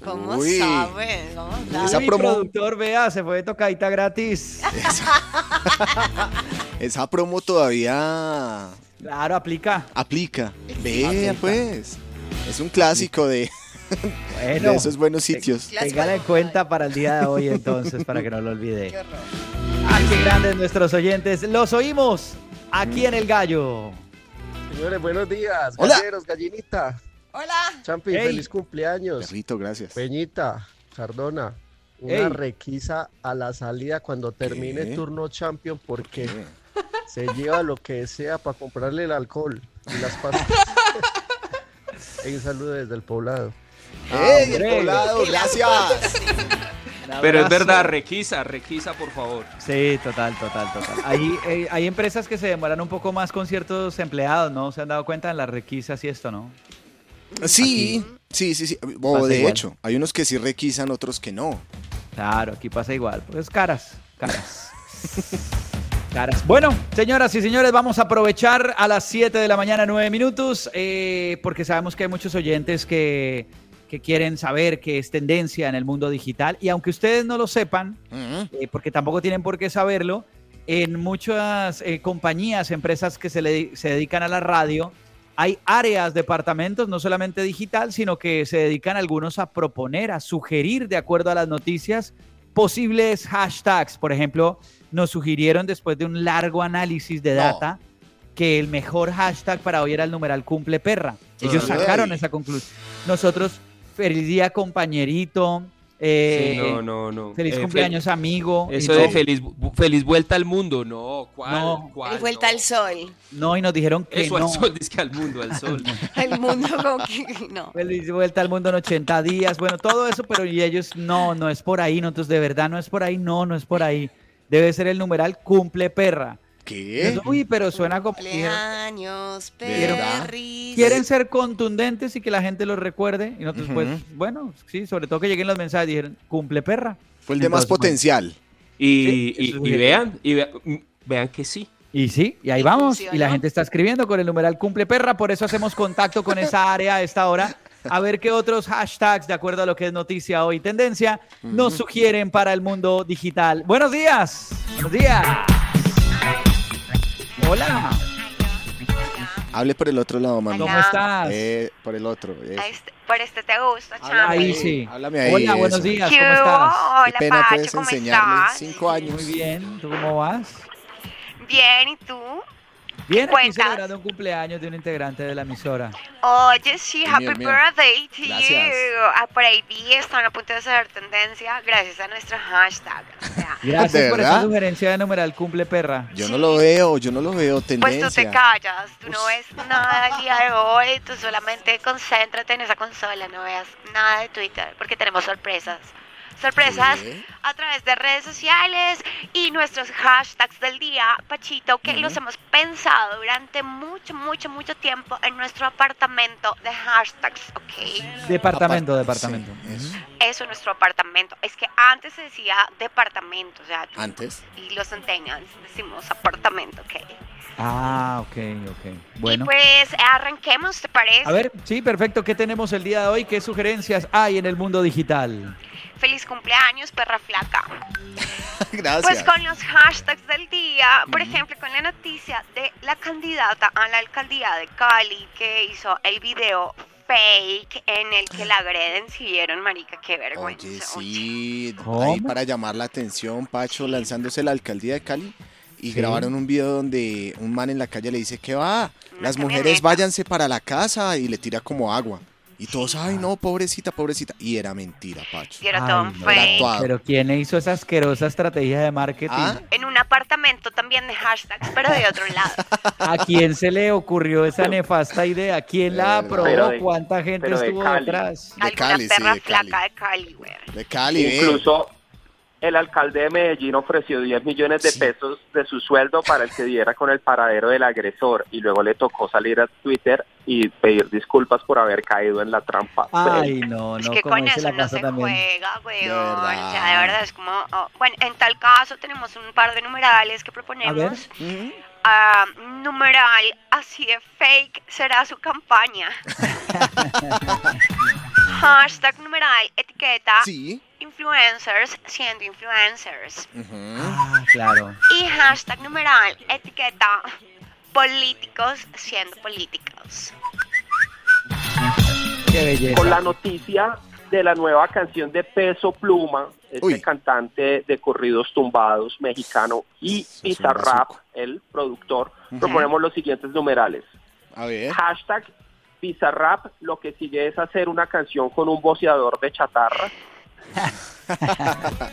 [SPEAKER 5] ¿Cómo
[SPEAKER 3] Uy.
[SPEAKER 5] saben? ¿Cómo saben?
[SPEAKER 3] Esa productor, vea, se fue de tocadita gratis.
[SPEAKER 4] Esa promo todavía
[SPEAKER 3] Claro, aplica.
[SPEAKER 4] aplica. Ve,
[SPEAKER 3] Aplica.
[SPEAKER 4] pues. Es un clásico de, de
[SPEAKER 3] Bueno.
[SPEAKER 4] esos buenos sitios.
[SPEAKER 3] Téngala en cuenta para el día de hoy entonces, para que no lo olvide. ¡Ay, qué grandes nuestros oyentes! Los oímos aquí en El Gallo.
[SPEAKER 10] Señores, buenos días.
[SPEAKER 3] Hola.
[SPEAKER 10] Galleros, gallinita. Hola. Champi,
[SPEAKER 3] Hey.
[SPEAKER 10] feliz cumpleaños.
[SPEAKER 4] Perrito, gracias.
[SPEAKER 10] Peñita, Cardona. Una
[SPEAKER 4] Hey.
[SPEAKER 10] requisa a la salida cuando termine
[SPEAKER 4] ¿Qué?
[SPEAKER 10] turno champion porque se lleva lo que sea para comprarle el alcohol y las pastas. Ey, un saludo desde el poblado.
[SPEAKER 6] Ah,
[SPEAKER 14] Eh,
[SPEAKER 4] ¡Ey, del poblado! ¡Gracias!
[SPEAKER 6] Pero es
[SPEAKER 3] abrazo.
[SPEAKER 6] verdad, requisa, requisa, por favor.
[SPEAKER 3] Sí, total, total, total. Ahí, eh, hay empresas que se demoran un poco más con ciertos empleados, ¿no? ¿Se han dado cuenta en las requisas y esto, no?
[SPEAKER 4] Sí, sí, sí, sí. O
[SPEAKER 3] Pasa
[SPEAKER 4] de
[SPEAKER 3] igual.
[SPEAKER 4] hecho, hay unos que sí requisan, otros que no.
[SPEAKER 3] Claro, aquí pasa igual. Pues caras, caras. caras. Bueno, señoras y señores, vamos a aprovechar a las 7 de la mañana, 9 minutos, eh, porque sabemos que hay muchos oyentes que, que quieren saber qué es tendencia en el mundo digital. Y aunque ustedes no lo sepan, eh, porque tampoco tienen por qué saberlo, en muchas eh, compañías, empresas que se, le- se dedican a la radio, hay áreas, departamentos, no solamente digital, sino que se dedican algunos a proponer, a sugerir, de acuerdo a las noticias, posibles hashtags. Por ejemplo, nos sugirieron después de un largo análisis de data que el mejor hashtag para hoy era el numeral cumple perra. Ellos
[SPEAKER 6] Ay.
[SPEAKER 3] sacaron esa conclusión. Nosotros, feliz día compañerito. eh,
[SPEAKER 6] Sí, no, no, no.
[SPEAKER 3] Feliz
[SPEAKER 6] Eh, fel-
[SPEAKER 3] cumpleaños amigo.
[SPEAKER 6] Eso
[SPEAKER 3] y
[SPEAKER 6] de
[SPEAKER 3] no.
[SPEAKER 6] feliz, bu- feliz vuelta al mundo, no, ¿cuál?
[SPEAKER 3] No.
[SPEAKER 6] ¿Cuál?
[SPEAKER 5] Vuelta al sol.
[SPEAKER 3] No, y nos dijeron que
[SPEAKER 6] Eso
[SPEAKER 3] no.
[SPEAKER 6] al sol, dice que al mundo, al sol.
[SPEAKER 5] El mundo como que no.
[SPEAKER 3] Feliz vuelta al mundo en 80 días. Bueno, todo eso, pero y ellos, no, no es por ahí. Nosotros, de verdad, no es por ahí. No, no es por ahí. Debe ser el numeral cumple perra.
[SPEAKER 4] ¿Qué?
[SPEAKER 3] uy, pero suena como...
[SPEAKER 5] Cumpleaños,
[SPEAKER 3] Quieren-
[SPEAKER 5] perris.
[SPEAKER 3] Quieren ser contundentes y que la gente los recuerde. Y nosotros,
[SPEAKER 4] Ujú.
[SPEAKER 3] pues, bueno, sí, sobre todo que lleguen los mensajes, dijeron, cumple perra.
[SPEAKER 4] Fue el de más
[SPEAKER 3] Entonces, bueno.
[SPEAKER 4] potencial.
[SPEAKER 6] Y,
[SPEAKER 3] Sí, eso es
[SPEAKER 6] y- y
[SPEAKER 3] bien.
[SPEAKER 6] vean, y vea- mm, vean que sí.
[SPEAKER 3] Y sí, y ahí vamos. Y la
[SPEAKER 6] funcionó.
[SPEAKER 3] gente está escribiendo con el numeral cumple perra, por eso hacemos contacto con esa área a esta hora. A ver qué otros hashtags, de acuerdo a lo que es noticia hoy, tendencia, nos sugieren para el mundo digital. Buenos días. Buenos días. Hola.
[SPEAKER 4] Hable por el otro lado, mami.
[SPEAKER 3] ¿Cómo estás?
[SPEAKER 4] Eh, por el otro. eh.
[SPEAKER 14] Por este te gusta,
[SPEAKER 4] Háblame
[SPEAKER 14] Champi.
[SPEAKER 4] ahí, Háblame ahí.
[SPEAKER 3] Hola, buenos
[SPEAKER 4] eso.
[SPEAKER 3] días.
[SPEAKER 14] ¿Qué
[SPEAKER 3] ¿Cómo
[SPEAKER 14] hubo?
[SPEAKER 3] estás?
[SPEAKER 14] Hola,
[SPEAKER 4] Qué pena
[SPEAKER 14] Pacho,
[SPEAKER 4] puedes
[SPEAKER 14] ¿cómo
[SPEAKER 4] enseñarle
[SPEAKER 14] estás?
[SPEAKER 4] cinco años. Muy
[SPEAKER 3] bien. ¿Tú cómo vas?
[SPEAKER 14] Bien, ¿y tú?
[SPEAKER 3] Bien, aquí
[SPEAKER 14] Cuentas.
[SPEAKER 3] celebrando un cumpleaños de un integrante de la emisora.
[SPEAKER 14] Oye, sí,
[SPEAKER 3] El
[SPEAKER 14] happy
[SPEAKER 3] mío, el mío.
[SPEAKER 14] birthday to
[SPEAKER 3] Gracias.
[SPEAKER 14] you. Ah, por ahí vi, están a punto de ser tendencia gracias a nuestro hashtag. O sea,
[SPEAKER 3] Gracias
[SPEAKER 4] ¿De
[SPEAKER 3] por
[SPEAKER 4] verdad?
[SPEAKER 3] esa sugerencia de numeral cumple perra.
[SPEAKER 4] Yo no lo veo, yo no lo veo.
[SPEAKER 14] pues tú te
[SPEAKER 4] Tendencia.
[SPEAKER 14] callas, tú no ves nada el día de hoy, tú solamente concéntrate en esa consola, no veas nada de Twitter, porque tenemos sorpresas. Sorpresas
[SPEAKER 5] ¿Qué?
[SPEAKER 14] a través de redes sociales y nuestros hashtags del día, Pachito, que los hemos pensado durante mucho, mucho, mucho tiempo en nuestro apartamento de hashtags, ¿ok?
[SPEAKER 3] Departamento, departamento.
[SPEAKER 14] Eso, nuestro apartamento. Es que antes se decía departamento, o sea, tú
[SPEAKER 4] Antes.
[SPEAKER 14] y los centennials decimos apartamento, ¿ok?
[SPEAKER 3] Ah, ok, ok.
[SPEAKER 14] Y
[SPEAKER 3] Bueno.
[SPEAKER 14] pues arranquemos, ¿te parece?
[SPEAKER 3] A ver, sí, perfecto. ¿Qué tenemos el día de hoy? ¿Qué sugerencias hay en el mundo digital?
[SPEAKER 14] Feliz cumpleaños, perra flaca.
[SPEAKER 4] Gracias.
[SPEAKER 14] Pues con los hashtags del día, por ejemplo, con la noticia de la candidata a la alcaldía de Cali que hizo el video fake en el que la agreden, si vieron, marica, qué vergüenza.
[SPEAKER 4] Oye, sí. Ahí para llamar la atención, Pacho, lanzándose a la alcaldía de Cali.
[SPEAKER 3] Sí.
[SPEAKER 4] Y grabaron un video donde un man en la calle le dice que va, las mujeres
[SPEAKER 14] camioneta.
[SPEAKER 4] váyanse para la casa y le tira como agua. Y todos, ay no, pobrecita, pobrecita. Y era mentira, Pacho.
[SPEAKER 14] Y era todo un
[SPEAKER 4] Era
[SPEAKER 14] fake.
[SPEAKER 4] actuado.
[SPEAKER 3] Pero ¿quién le hizo esa asquerosa estrategia de marketing?
[SPEAKER 4] Ah.
[SPEAKER 14] En un apartamento también de hashtags, pero de otro lado.
[SPEAKER 3] ¿A quién se le ocurrió esa nefasta idea? ¿Quién la
[SPEAKER 15] Pero
[SPEAKER 3] aprobó?
[SPEAKER 15] de-
[SPEAKER 3] ¿Cuánta gente
[SPEAKER 15] pero de
[SPEAKER 3] estuvo
[SPEAKER 15] Cali.
[SPEAKER 3] detrás?
[SPEAKER 14] Alguna perra flaca de Cali, güey.
[SPEAKER 4] De Cali,
[SPEAKER 16] eh.
[SPEAKER 4] ve.
[SPEAKER 15] Incluso el alcalde de Medellín ofreció 10 millones de pesos de su sueldo para el que diera con el paradero del agresor y luego le tocó salir a Twitter y pedir disculpas por haber caído en la trampa.
[SPEAKER 3] Ay, no,
[SPEAKER 14] Es
[SPEAKER 3] no,
[SPEAKER 14] que
[SPEAKER 3] como
[SPEAKER 14] con
[SPEAKER 3] dice
[SPEAKER 14] eso
[SPEAKER 3] la
[SPEAKER 14] no
[SPEAKER 3] casa
[SPEAKER 14] se
[SPEAKER 3] también.
[SPEAKER 14] juega, weón.
[SPEAKER 3] verdad.
[SPEAKER 14] O sea, de verdad es como. oh, Bueno, en tal caso tenemos un par de numerales que
[SPEAKER 3] A ver.
[SPEAKER 14] proponemos. ah, numeral, así de fake será su campaña. Hashtag numeral, etiqueta. Influencers siendo influencers.
[SPEAKER 4] Mm.
[SPEAKER 3] Ah, claro.
[SPEAKER 14] Y hashtag numeral, etiqueta. Políticos siendo políticos.
[SPEAKER 3] Qué belleza.
[SPEAKER 16] Con la noticia de la nueva canción de Peso Pluma, este cantante de corridos tumbados mexicano y Bizarrap, el productor,
[SPEAKER 4] Ujú.
[SPEAKER 16] proponemos los siguientes numerales.
[SPEAKER 4] A ver.
[SPEAKER 16] Hashtag Bizarrap, lo que sigue es hacer una canción con un boceador de chatarra.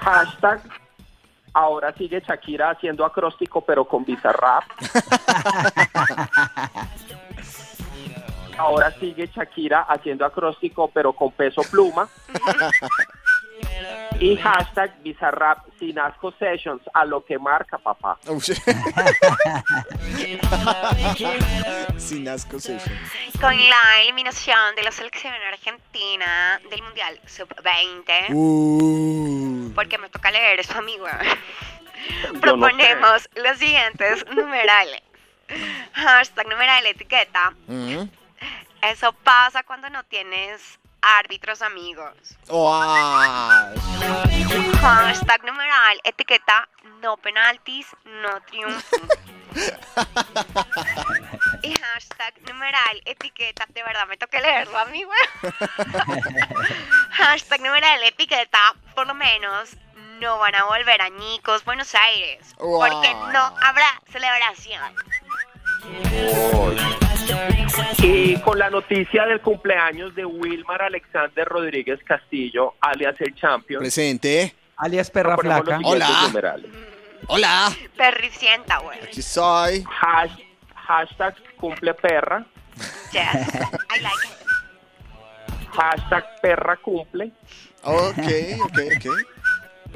[SPEAKER 16] Hashtag Ahora sigue Shakira haciendo acróstico pero con Bizarrap. Ahora sigue Shakira haciendo acróstico pero con peso pluma. Y hashtag Bizarrap sin asco sessions a lo que marca papá.
[SPEAKER 4] Sin asco session.
[SPEAKER 14] Con la eliminación de la selección argentina del Mundial
[SPEAKER 5] ¿eh?
[SPEAKER 14] Sub-20.
[SPEAKER 5] Uh.
[SPEAKER 4] Uh.
[SPEAKER 14] Porque me toca leer eso, amigo. Proponemos los siguientes numerales. Hashtag numeral etiqueta.
[SPEAKER 4] Mm.
[SPEAKER 14] Eso pasa cuando no tienes árbitros amigos. Hashtag numeral etiqueta. No penaltis, no triunfo. y hashtag numeral etiqueta. De verdad me toca leerlo, amigo. Hashtag numeral etiqueta, por lo menos no van a volver a Ñicos, Buenos Aires,
[SPEAKER 17] Wow.
[SPEAKER 14] porque no habrá celebración.
[SPEAKER 16] Y con la noticia del cumpleaños de Wilmar Alexander Rodríguez Castillo, alias el Champion.
[SPEAKER 4] Presente.
[SPEAKER 3] Alias Perra
[SPEAKER 16] Proponemos los
[SPEAKER 3] Flaca.
[SPEAKER 16] siguientes
[SPEAKER 4] Hola.
[SPEAKER 16] numerales.
[SPEAKER 4] Hola.
[SPEAKER 14] Perricienta, güey.
[SPEAKER 4] Aquí soy.
[SPEAKER 16] Hash- hashtag cumple perra.
[SPEAKER 14] Yes, I like it.
[SPEAKER 16] Hashtag perra cumple.
[SPEAKER 4] Ok, ok, ok.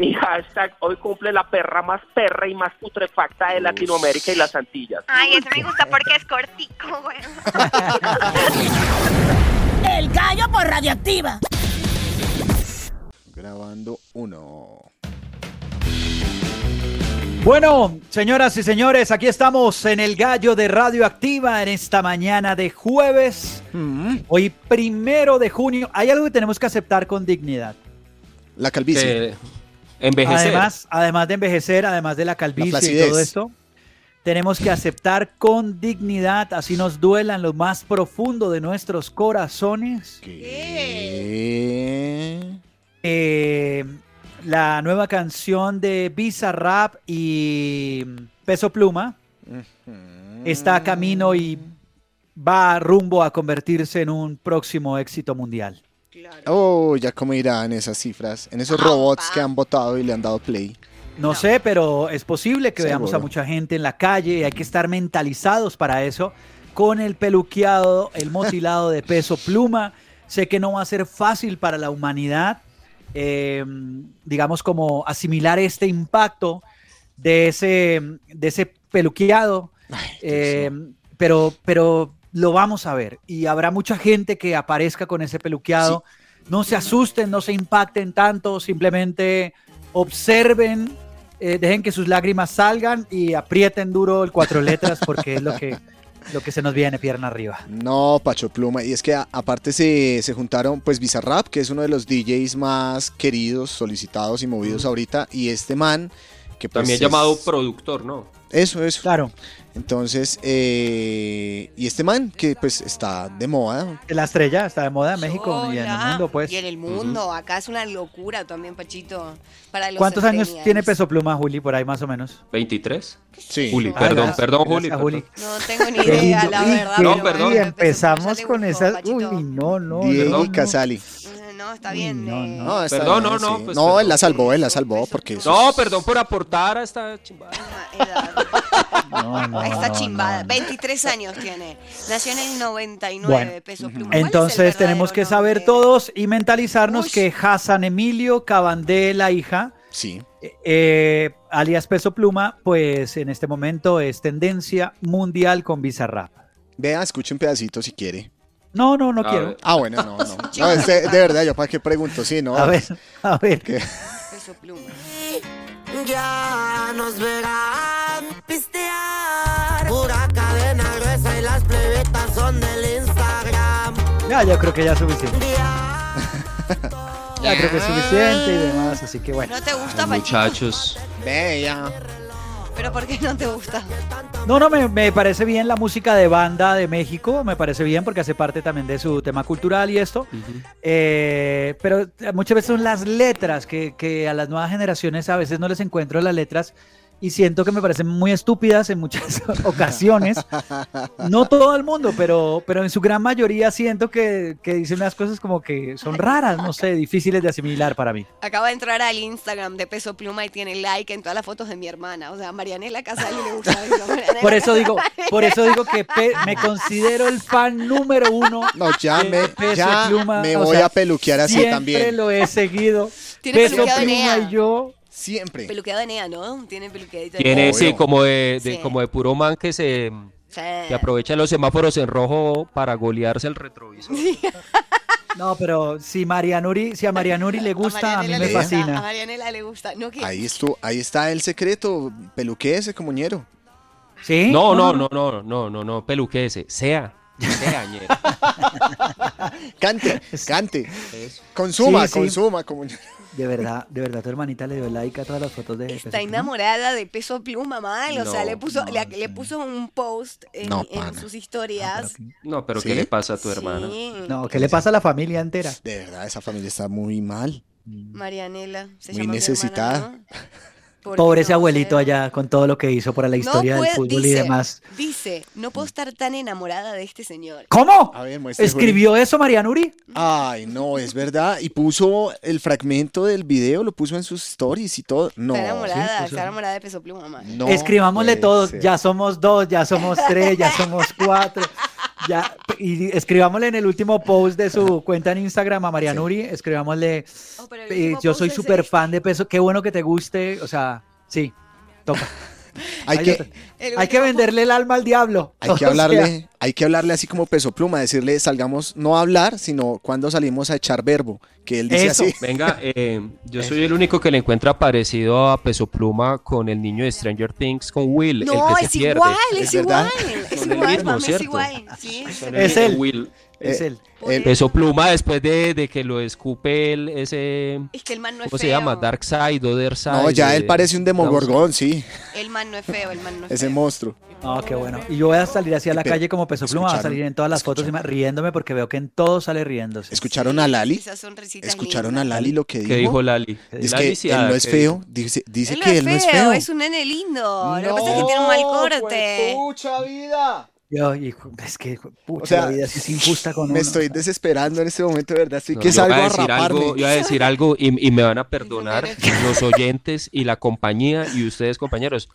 [SPEAKER 16] Y hashtag hoy cumple la perra más perra y más putrefacta de Latinoamérica y las Antillas.
[SPEAKER 14] Ay, ese me gusta porque es cortico, güey.
[SPEAKER 12] El gallo por radioactiva.
[SPEAKER 4] Grabando uno.
[SPEAKER 3] Bueno, señoras y señores, aquí estamos en el gallo de Radioactiva en esta mañana de jueves. Hoy primero de junio. Hay algo que tenemos que aceptar con dignidad.
[SPEAKER 4] La calvicie.
[SPEAKER 6] Envejecer.
[SPEAKER 3] Además, además de envejecer, además de la
[SPEAKER 4] La
[SPEAKER 3] calvicie y
[SPEAKER 4] placidez.
[SPEAKER 3] todo esto, tenemos que aceptar con dignidad, así nos duela en lo más profundo de nuestros corazones. Eh, la nueva canción de Bizarrap y Peso Pluma está a camino y va rumbo a convertirse en un próximo éxito mundial.
[SPEAKER 4] Oh, ya como irán esas cifras, en esos robots que han votado y le han dado play.
[SPEAKER 3] No sé, pero es posible que veamos a
[SPEAKER 4] Seguro.
[SPEAKER 3] mucha gente en la calle y hay que estar mentalizados para eso. Con el peluqueado, el motilado de peso pluma, sé que no va a ser fácil para la humanidad, eh, digamos, como asimilar este impacto de ese, de ese peluqueado, eh, pero, pero lo vamos a ver y habrá mucha gente que aparezca con ese peluqueado. No se asusten, no se impacten tanto, simplemente observen, eh, dejen que sus lágrimas salgan y aprieten duro el cuatro letras porque es lo que, lo que se nos viene pierna arriba.
[SPEAKER 4] No, Pacho Pluma. Y es que a- aparte se, se juntaron, pues Bizarrap, que es uno de los DJs más queridos, solicitados y movidos ahorita, y este man, que pues,
[SPEAKER 6] También
[SPEAKER 4] es-
[SPEAKER 6] llamado productor, ¿no?
[SPEAKER 4] Eso, eso.
[SPEAKER 3] Claro.
[SPEAKER 4] Entonces, eh, y este man, que pues está de moda.
[SPEAKER 3] La estrella está de moda en México y en el
[SPEAKER 5] Hola.
[SPEAKER 3] mundo, pues.
[SPEAKER 5] Y en el mundo, acá es una locura también, Pachito. Para los
[SPEAKER 3] ¿Cuántos años
[SPEAKER 5] centennials.
[SPEAKER 3] tiene peso pluma, Juli, por ahí más o menos?
[SPEAKER 6] ¿23?
[SPEAKER 4] Sí.
[SPEAKER 6] Juli,
[SPEAKER 3] Ah,
[SPEAKER 6] perdón,
[SPEAKER 3] gracias.
[SPEAKER 6] perdón, Juli.
[SPEAKER 3] Gracias,
[SPEAKER 6] perdón.
[SPEAKER 5] No tengo ni idea, la verdad.
[SPEAKER 6] No,
[SPEAKER 5] pero
[SPEAKER 6] perdón.
[SPEAKER 3] Y
[SPEAKER 5] bueno,
[SPEAKER 3] empezamos con esas. Uy, no, no.
[SPEAKER 4] Diego
[SPEAKER 3] no,
[SPEAKER 4] y Casali.
[SPEAKER 5] No, está bien. eh.
[SPEAKER 4] No, está
[SPEAKER 6] Perdón,
[SPEAKER 4] bien,
[SPEAKER 6] no, no,
[SPEAKER 4] sí.
[SPEAKER 6] pues,
[SPEAKER 4] no,
[SPEAKER 6] perdón.
[SPEAKER 4] él la salvó, él la salvó, porque...
[SPEAKER 6] No, perdón por aportar a esta chimbada.
[SPEAKER 3] no, no,
[SPEAKER 5] Ahí está
[SPEAKER 3] no,
[SPEAKER 5] chimbada. 23 años tiene. Nació en el 99,
[SPEAKER 3] Bueno.
[SPEAKER 5] peso pluma. ¿Cuál es el
[SPEAKER 3] Entonces tenemos que saber todos y mentalizarnos que Hassan Emilio Cabandé, la hija,
[SPEAKER 4] Sí.
[SPEAKER 3] eh, alias Peso Pluma, pues en este momento es tendencia mundial con Bizarrap.
[SPEAKER 4] Vea, escuche un pedacito si quiere.
[SPEAKER 3] No, no, no
[SPEAKER 4] A
[SPEAKER 3] quiero.
[SPEAKER 4] este- ver. Ah, bueno, no, no. No, es de, de verdad, yo para qué pregunto, sí, ¿no?
[SPEAKER 3] A ver, a ver.
[SPEAKER 5] Peso Pluma.
[SPEAKER 16] Ya nos verán pistear. Pura cadena gruesa y las plebitas son del Instagram.
[SPEAKER 3] Ya, yo creo que ya es suficiente. Ya creo que es suficiente y demás, así que bueno.
[SPEAKER 5] ¿No te gusta, Panchito?
[SPEAKER 3] Muchachos.
[SPEAKER 4] Bella.
[SPEAKER 5] ¿Pero por qué no te gusta?
[SPEAKER 3] No, no, me, me parece bien la música de banda de México, me parece bien porque hace parte también de su tema cultural y esto. Eh, pero muchas veces son las letras que, que a las nuevas generaciones a veces no les encuentro las letras y siento que me parecen muy estúpidas en muchas ocasiones. No todo el mundo, pero, pero en su gran mayoría siento que, que dicen unas cosas como que son raras, no sé, difíciles de asimilar para mí.
[SPEAKER 5] Acaba de entrar al Instagram de Peso Pluma y tiene like en todas las fotos de mi hermana. O sea, a Marianela Casal le gusta eso. Marianela
[SPEAKER 3] Por eso digo,
[SPEAKER 5] Casali.
[SPEAKER 3] por eso digo que pe- me considero el fan número uno.
[SPEAKER 4] No, ya
[SPEAKER 3] de
[SPEAKER 4] me-
[SPEAKER 3] Peso
[SPEAKER 4] ya
[SPEAKER 3] Pluma,
[SPEAKER 4] me
[SPEAKER 3] o
[SPEAKER 4] voy
[SPEAKER 3] sea,
[SPEAKER 4] a peluquear así
[SPEAKER 3] siempre
[SPEAKER 4] también.
[SPEAKER 3] lo he seguido.
[SPEAKER 5] Tiene
[SPEAKER 3] Peso
[SPEAKER 5] peluqueado
[SPEAKER 3] Pluma
[SPEAKER 5] Enea.
[SPEAKER 3] y yo.
[SPEAKER 4] Siempre.
[SPEAKER 5] Peluqueado de Nea, ¿no? Tiene peluqueadito de
[SPEAKER 6] Tiene,
[SPEAKER 5] Nea.
[SPEAKER 6] sí, eh, como de, de-
[SPEAKER 5] Sí.
[SPEAKER 6] como de puro man que se
[SPEAKER 5] Sí.
[SPEAKER 6] que aprovecha los semáforos en rojo para golearse el retrovisor.
[SPEAKER 3] No, pero si Marianuri, si a Marianuri le gusta, a, mí
[SPEAKER 5] Marianela
[SPEAKER 3] me
[SPEAKER 5] le gusta, A
[SPEAKER 3] fascina.
[SPEAKER 5] Marianela le gusta. No, que
[SPEAKER 4] Ahí, estu- ahí está el secreto. Peluque ese comuñero.
[SPEAKER 3] ¿Sí?
[SPEAKER 6] No, no, no, no, no, no, no, peluquese, sea, sea, ñero.
[SPEAKER 4] Cante, cante. Consuma,
[SPEAKER 3] Sí, sí.
[SPEAKER 4] consuma, comuñero.
[SPEAKER 3] De verdad, de verdad, tu hermanita le dio like a todas las fotos de Peso
[SPEAKER 5] está
[SPEAKER 3] Pluma.
[SPEAKER 5] enamorada de Peso Pluma mal. O sea,
[SPEAKER 6] No,
[SPEAKER 5] le puso, le, le puso un post en,
[SPEAKER 6] No,
[SPEAKER 5] en
[SPEAKER 6] pana.
[SPEAKER 5] sus historias.
[SPEAKER 6] No, pero
[SPEAKER 4] ¿Sí?
[SPEAKER 6] ¿qué le pasa a tu hermana?
[SPEAKER 5] Sí,
[SPEAKER 3] No, ¿qué le pasa a la familia entera?
[SPEAKER 4] De verdad, esa familia está muy mal.
[SPEAKER 5] Marianela. Se llama mi
[SPEAKER 4] Muy
[SPEAKER 5] hermana,
[SPEAKER 4] necesitada.
[SPEAKER 5] ¿no? Porque
[SPEAKER 3] Pobre ese
[SPEAKER 5] no
[SPEAKER 3] abuelito allá con todo lo que hizo para la
[SPEAKER 5] No
[SPEAKER 3] historia del
[SPEAKER 5] puede-
[SPEAKER 3] fútbol y
[SPEAKER 5] dice-
[SPEAKER 3] demás.
[SPEAKER 5] Dice, no puedo estar tan enamorada de este señor.
[SPEAKER 3] ¿Cómo?
[SPEAKER 4] A ver, muestre,
[SPEAKER 3] ¿Escribió eso Marianuri?
[SPEAKER 4] Ay, no, es verdad. Y puso el fragmento del video, lo puso en sus stories y todo. No.
[SPEAKER 5] está enamorada,
[SPEAKER 4] sí, puso-
[SPEAKER 5] está enamorada de Peso Pluma, man.
[SPEAKER 4] No
[SPEAKER 3] Escribámosle
[SPEAKER 4] puede
[SPEAKER 3] todos,
[SPEAKER 4] ser.
[SPEAKER 3] ya somos dos, ya somos tres, ya somos cuatro. Ya, y escribámosle en el último post de su cuenta en Instagram a Marianuri, escribámosle,
[SPEAKER 5] Oh, el
[SPEAKER 3] eh,
[SPEAKER 5] último
[SPEAKER 3] yo soy
[SPEAKER 5] post es
[SPEAKER 3] súper fan de peso, qué bueno que te guste, o sea, sí, toca.
[SPEAKER 4] Hay
[SPEAKER 3] Ahí
[SPEAKER 4] que-
[SPEAKER 3] está.
[SPEAKER 5] El
[SPEAKER 3] hay que venderle el alma al diablo.
[SPEAKER 4] Hay que
[SPEAKER 3] O
[SPEAKER 4] hablarle,
[SPEAKER 3] sea,
[SPEAKER 4] hay que hablarle así como peso pluma, decirle salgamos no a hablar, sino cuando salimos a echar verbo, que él dice así.
[SPEAKER 6] Venga, eh, yo soy el único que le encuentra parecido a Peso Pluma con el niño de Stranger Things, con Will, el
[SPEAKER 5] No,
[SPEAKER 6] que
[SPEAKER 5] es
[SPEAKER 6] se pierde.
[SPEAKER 5] igual, es igual, es
[SPEAKER 6] Son el
[SPEAKER 5] igual,
[SPEAKER 6] mismo,
[SPEAKER 5] mami, es
[SPEAKER 6] ¿cierto? Ah,
[SPEAKER 5] igual. Sí,
[SPEAKER 6] Son
[SPEAKER 5] pero-
[SPEAKER 6] el mismo Will.
[SPEAKER 4] Eh,
[SPEAKER 3] Es él.
[SPEAKER 5] Por
[SPEAKER 6] Peso Pluma después de, de que lo escupe el, ese...
[SPEAKER 5] Es que el man no es
[SPEAKER 6] ¿Cómo se llama?
[SPEAKER 5] feo.
[SPEAKER 6] Darkseid o Derside.
[SPEAKER 4] No, ya él parece un demogorgón, sí,
[SPEAKER 5] El man no es feo, el man no es
[SPEAKER 4] ese monstruo.
[SPEAKER 3] No, qué bueno. Y yo voy a salir así a la
[SPEAKER 4] Pero,
[SPEAKER 3] calle como peso pluma, voy a
[SPEAKER 4] ¿escucharon?
[SPEAKER 3] salir en todas las fotos y me- riéndome porque veo que en todo sale riéndose.
[SPEAKER 4] ¿Escucharon a Lali?
[SPEAKER 5] Esas sonrisitas
[SPEAKER 4] ¿Escucharon a Lali lo que dijo?
[SPEAKER 6] ¿Qué dijo Lali?
[SPEAKER 4] Dice
[SPEAKER 6] Lali
[SPEAKER 4] que
[SPEAKER 6] sí,
[SPEAKER 4] él
[SPEAKER 6] ah,
[SPEAKER 4] no es
[SPEAKER 6] ¿qué
[SPEAKER 4] feo, dice, dice
[SPEAKER 5] Él no
[SPEAKER 4] que
[SPEAKER 5] es
[SPEAKER 4] él no es
[SPEAKER 5] feo,
[SPEAKER 4] feo.
[SPEAKER 5] es un nene lindo. Lo que pasa es que tiene un mal corte.
[SPEAKER 4] Mucha vida.
[SPEAKER 3] Yo, hijo, es que hijo, pucha,
[SPEAKER 4] O sea,
[SPEAKER 3] la vida sí es injusta con
[SPEAKER 4] Me
[SPEAKER 3] uno.
[SPEAKER 4] estoy desesperando en este momento, de verdad, estoy
[SPEAKER 6] No,
[SPEAKER 4] que
[SPEAKER 6] yo
[SPEAKER 4] salgo
[SPEAKER 6] iba
[SPEAKER 4] a,
[SPEAKER 6] a decir
[SPEAKER 4] raparme.
[SPEAKER 6] algo, yo iba a decir algo y, y me van a perdonar los oyentes y la compañía y ustedes compañeros.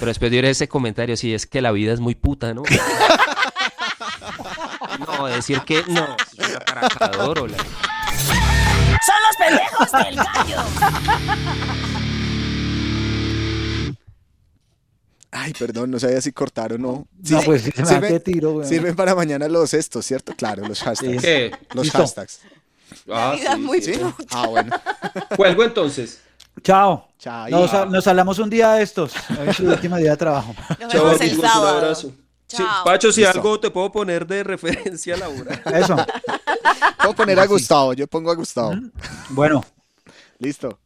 [SPEAKER 6] Pero después de oír ese comentario, sí, es que la vida es muy puta, ¿no? No, decir que no, es un atracador, hola.
[SPEAKER 1] ¡Son los pendejos del gallo!
[SPEAKER 4] Ay, perdón, no sabía si cortar o no.
[SPEAKER 3] No, pues, sí, se me da
[SPEAKER 4] sirven-
[SPEAKER 3] que tiro, weón.
[SPEAKER 4] Sirven para mañana los estos, ¿cierto? Claro, los hashtags.
[SPEAKER 6] ¿Qué?
[SPEAKER 4] Los
[SPEAKER 3] Listo.
[SPEAKER 4] hashtags.
[SPEAKER 6] Ah,
[SPEAKER 5] vida es muy
[SPEAKER 4] ¿Sí?
[SPEAKER 5] puta.
[SPEAKER 4] Ah, bueno.
[SPEAKER 6] Cuelgo entonces.
[SPEAKER 3] Chao.
[SPEAKER 4] Chao.
[SPEAKER 3] Nos, nos hablamos un día de estos. Hoy es el último día de trabajo.
[SPEAKER 5] Nos vemos el sábado. Chao.
[SPEAKER 6] Pacho, si
[SPEAKER 4] Listo.
[SPEAKER 6] algo te puedo poner de referencia, Laura.
[SPEAKER 3] Eso.
[SPEAKER 4] Puedo poner a Gustavo, yo pongo a Gustavo.
[SPEAKER 3] Ah, Bueno,
[SPEAKER 4] Listo.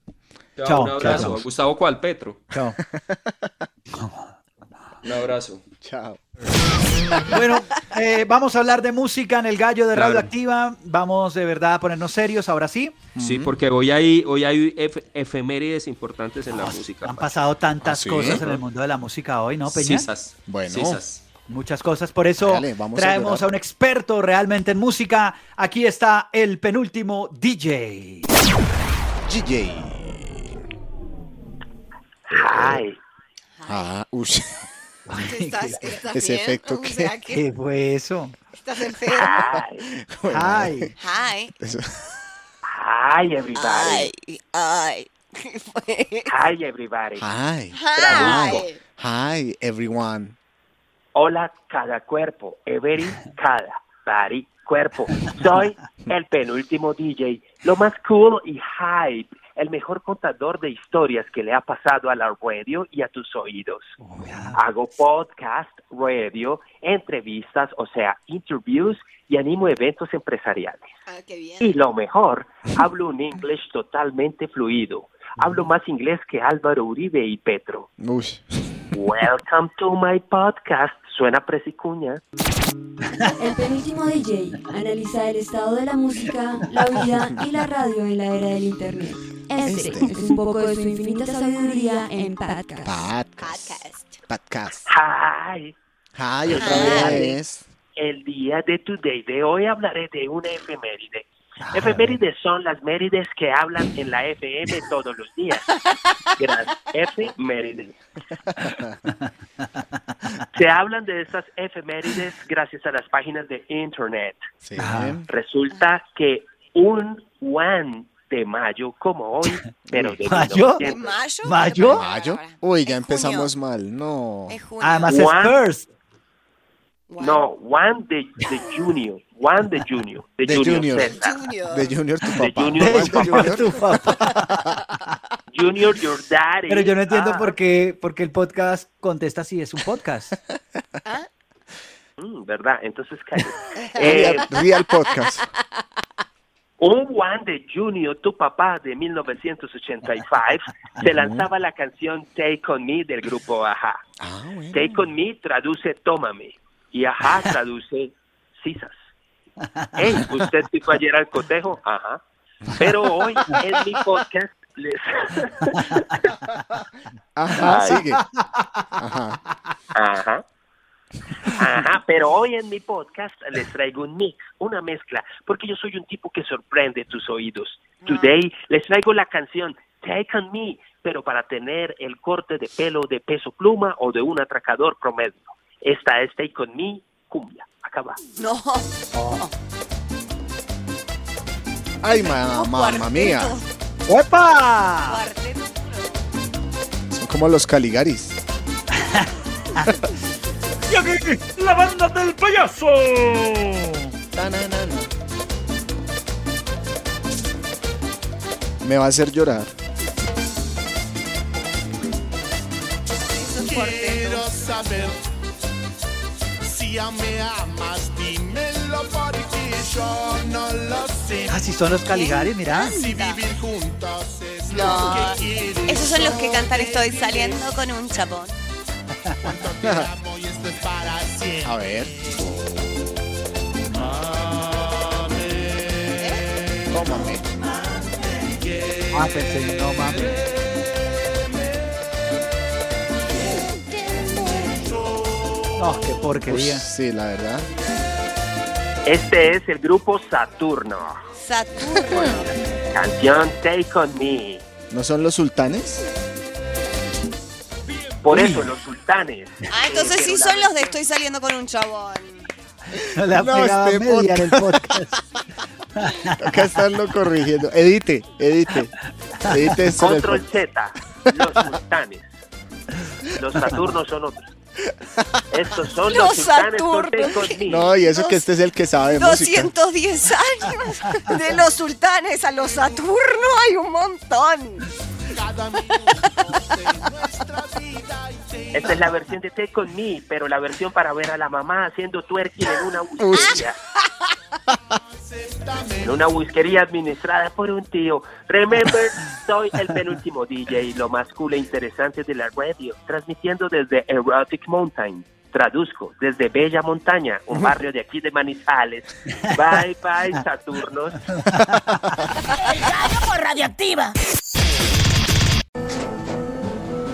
[SPEAKER 3] Chao,
[SPEAKER 6] un abrazo.
[SPEAKER 3] chao.
[SPEAKER 6] A Gustavo cual, Petro.
[SPEAKER 3] chao.
[SPEAKER 6] Un abrazo.
[SPEAKER 4] Chao.
[SPEAKER 3] Bueno, eh, vamos a hablar de música en el gallo de
[SPEAKER 6] Claro.
[SPEAKER 3] Radioactiva. Vamos de verdad a ponernos serios ahora sí.
[SPEAKER 6] Sí, porque hoy hay, hoy hay ef- efemérides importantes en la música.
[SPEAKER 3] Han pasado tantas
[SPEAKER 4] ¿Ah, sí?
[SPEAKER 3] cosas en el mundo de la música hoy, ¿no, Peña?
[SPEAKER 6] Sisas.
[SPEAKER 4] Bueno.
[SPEAKER 6] Sisas.
[SPEAKER 3] Muchas cosas. Por eso
[SPEAKER 4] Hágale, vamos a
[SPEAKER 3] traemos
[SPEAKER 4] llorar.
[SPEAKER 3] a, un experto realmente en música. Aquí está el penúltimo DJ.
[SPEAKER 4] GJ.
[SPEAKER 15] Ay,
[SPEAKER 4] Ah, ush.
[SPEAKER 5] ¿Estás, estás
[SPEAKER 4] Ese
[SPEAKER 5] bien?
[SPEAKER 4] efecto
[SPEAKER 5] O
[SPEAKER 4] que-
[SPEAKER 5] sea, que
[SPEAKER 3] ¿Qué fue eso?
[SPEAKER 5] estás enfermo.
[SPEAKER 3] Ay.
[SPEAKER 5] Ay,
[SPEAKER 4] Eso-
[SPEAKER 15] ay, everybody.
[SPEAKER 5] ay, ay. ¿Qué fue?
[SPEAKER 15] Ay, everybody.
[SPEAKER 4] Hi.
[SPEAKER 5] Ay.
[SPEAKER 4] Hi, everyone.
[SPEAKER 15] Hola, cada cuerpo. Every, cada. Body, cuerpo. Soy el penúltimo DJ. Lo más cool y hype. el mejor contador de historias que le ha pasado a la radio y a tus oídos. Hago podcast, radio, entrevistas, o sea, interviews y animo eventos empresariales. Y lo mejor, hablo un inglés totalmente fluido. Hablo más inglés que Álvaro Uribe y Petro. Welcome to my podcast. Suena presicuña.
[SPEAKER 18] El penúltimo DJ analiza el estado de la música, la vida y la radio en la era del internet. Este,
[SPEAKER 16] Este.
[SPEAKER 18] es un poco de su infinita sabiduría en podcast.
[SPEAKER 4] Ah. Podcast. Podcast.
[SPEAKER 15] Hi.
[SPEAKER 4] Ay, otra vez.
[SPEAKER 15] El día de Today de hoy hablaré de una efeméride.
[SPEAKER 4] Ah,
[SPEAKER 15] Efemérides son las mérides que hablan en la FM todos los días. Gran efemérides. Se hablan de esas efemérides gracias a las páginas de internet.
[SPEAKER 4] Ah.
[SPEAKER 15] Resulta que un one de mayo como hoy, pero de
[SPEAKER 4] ¿Mayo?
[SPEAKER 15] 1900.
[SPEAKER 4] ¿Mayo? ¿Mayo? Uy, ya empezamos mal. No.
[SPEAKER 15] Además es Juan. first. No, Juan de, de Junior. Juan de Junior. De,
[SPEAKER 4] De
[SPEAKER 15] Junior.
[SPEAKER 4] Junior.
[SPEAKER 15] César.
[SPEAKER 4] De Junior tu
[SPEAKER 15] De
[SPEAKER 4] papá.
[SPEAKER 15] Junior,
[SPEAKER 4] Juan de
[SPEAKER 15] tu papá.
[SPEAKER 4] Junior.
[SPEAKER 15] Junior, your daddy.
[SPEAKER 3] Pero yo no entiendo
[SPEAKER 15] Ah,
[SPEAKER 3] por qué porque el podcast contesta si es un podcast.
[SPEAKER 15] mm, ¿Verdad? Entonces, cállate. Eh,
[SPEAKER 3] Real- real podcast.
[SPEAKER 15] Un Juan de Junior, tu papá, de 1985, se lanzaba la canción Take On Me del grupo Aja. Take On Me traduce Tómame y Aja traduce Sisas. Hey, usted sí fue ayer al cotejo, ajá. Pero hoy en mi podcast les...
[SPEAKER 4] Ajá,
[SPEAKER 15] Ay.
[SPEAKER 4] sigue. Ajá.
[SPEAKER 15] Ajá. Ajá, pero hoy en mi podcast les traigo un mix, una mezcla, porque yo soy un tipo que sorprende tus oídos. Today les traigo la canción Take on Me, pero para tener el corte de pelo de peso pluma o de un atracador promedio. Esta es Take on Me, cumbia. Acaba.
[SPEAKER 16] No.
[SPEAKER 4] Ay, ma- mamma mía.
[SPEAKER 3] ¡Opa!
[SPEAKER 4] Son como los Caligaris.
[SPEAKER 8] Y aquí, la banda del payaso.
[SPEAKER 4] Me va a hacer llorar.
[SPEAKER 19] Quiero saber si ya me amas, dímelo porque yo no lo sé.
[SPEAKER 3] Ah, sí, son los Caligaris, mirá.
[SPEAKER 19] Si vivir juntos es
[SPEAKER 5] No.
[SPEAKER 19] lo que quiero.
[SPEAKER 5] Esos son los que cantan Estoy saliendo con un chapón.
[SPEAKER 19] y esto es para siempre.
[SPEAKER 4] A ver. Tómame.
[SPEAKER 3] Ah, pensé, no mames. No, Oh, qué porquería.
[SPEAKER 4] Uy, sí, la verdad.
[SPEAKER 15] Este es el grupo Saturno.
[SPEAKER 5] Saturno.
[SPEAKER 15] Canción Take on Me.
[SPEAKER 4] ¿No son los sultanes?
[SPEAKER 15] Por
[SPEAKER 4] Uy.
[SPEAKER 15] eso los sultanes.
[SPEAKER 5] Ah, entonces sí son los de Estoy saliendo con un chabón.
[SPEAKER 3] No le ha
[SPEAKER 4] No,
[SPEAKER 3] pegado
[SPEAKER 4] este
[SPEAKER 3] media en el podcast.
[SPEAKER 4] Acá estarlo corrigiendo. Edite, edite. Edite esto en el
[SPEAKER 15] Control
[SPEAKER 4] podcast.
[SPEAKER 15] Z, los sultanes. Los Saturnos son otros. Estos son los,
[SPEAKER 5] Los
[SPEAKER 15] sultanes con
[SPEAKER 5] Saturnos.
[SPEAKER 15] Take On Me.
[SPEAKER 4] No, y eso que este es el que sabe de música.
[SPEAKER 5] 210 años de los sultanes a los Saturno hay un montón.
[SPEAKER 15] Esta es la versión de Take On Me, pero la versión para ver a la mamá haciendo twerking en una
[SPEAKER 4] Uy.
[SPEAKER 15] whiskería. En una whiskería administrada por un tío. Remember, soy el penúltimo DJ, lo más cool e interesante de la radio, transmitiendo desde Erotic Mountain. Traduzco, desde Bella Montaña, un barrio de aquí de Manizales. Bye, bye, Saturnos.
[SPEAKER 1] ¡Gallo por radioactiva!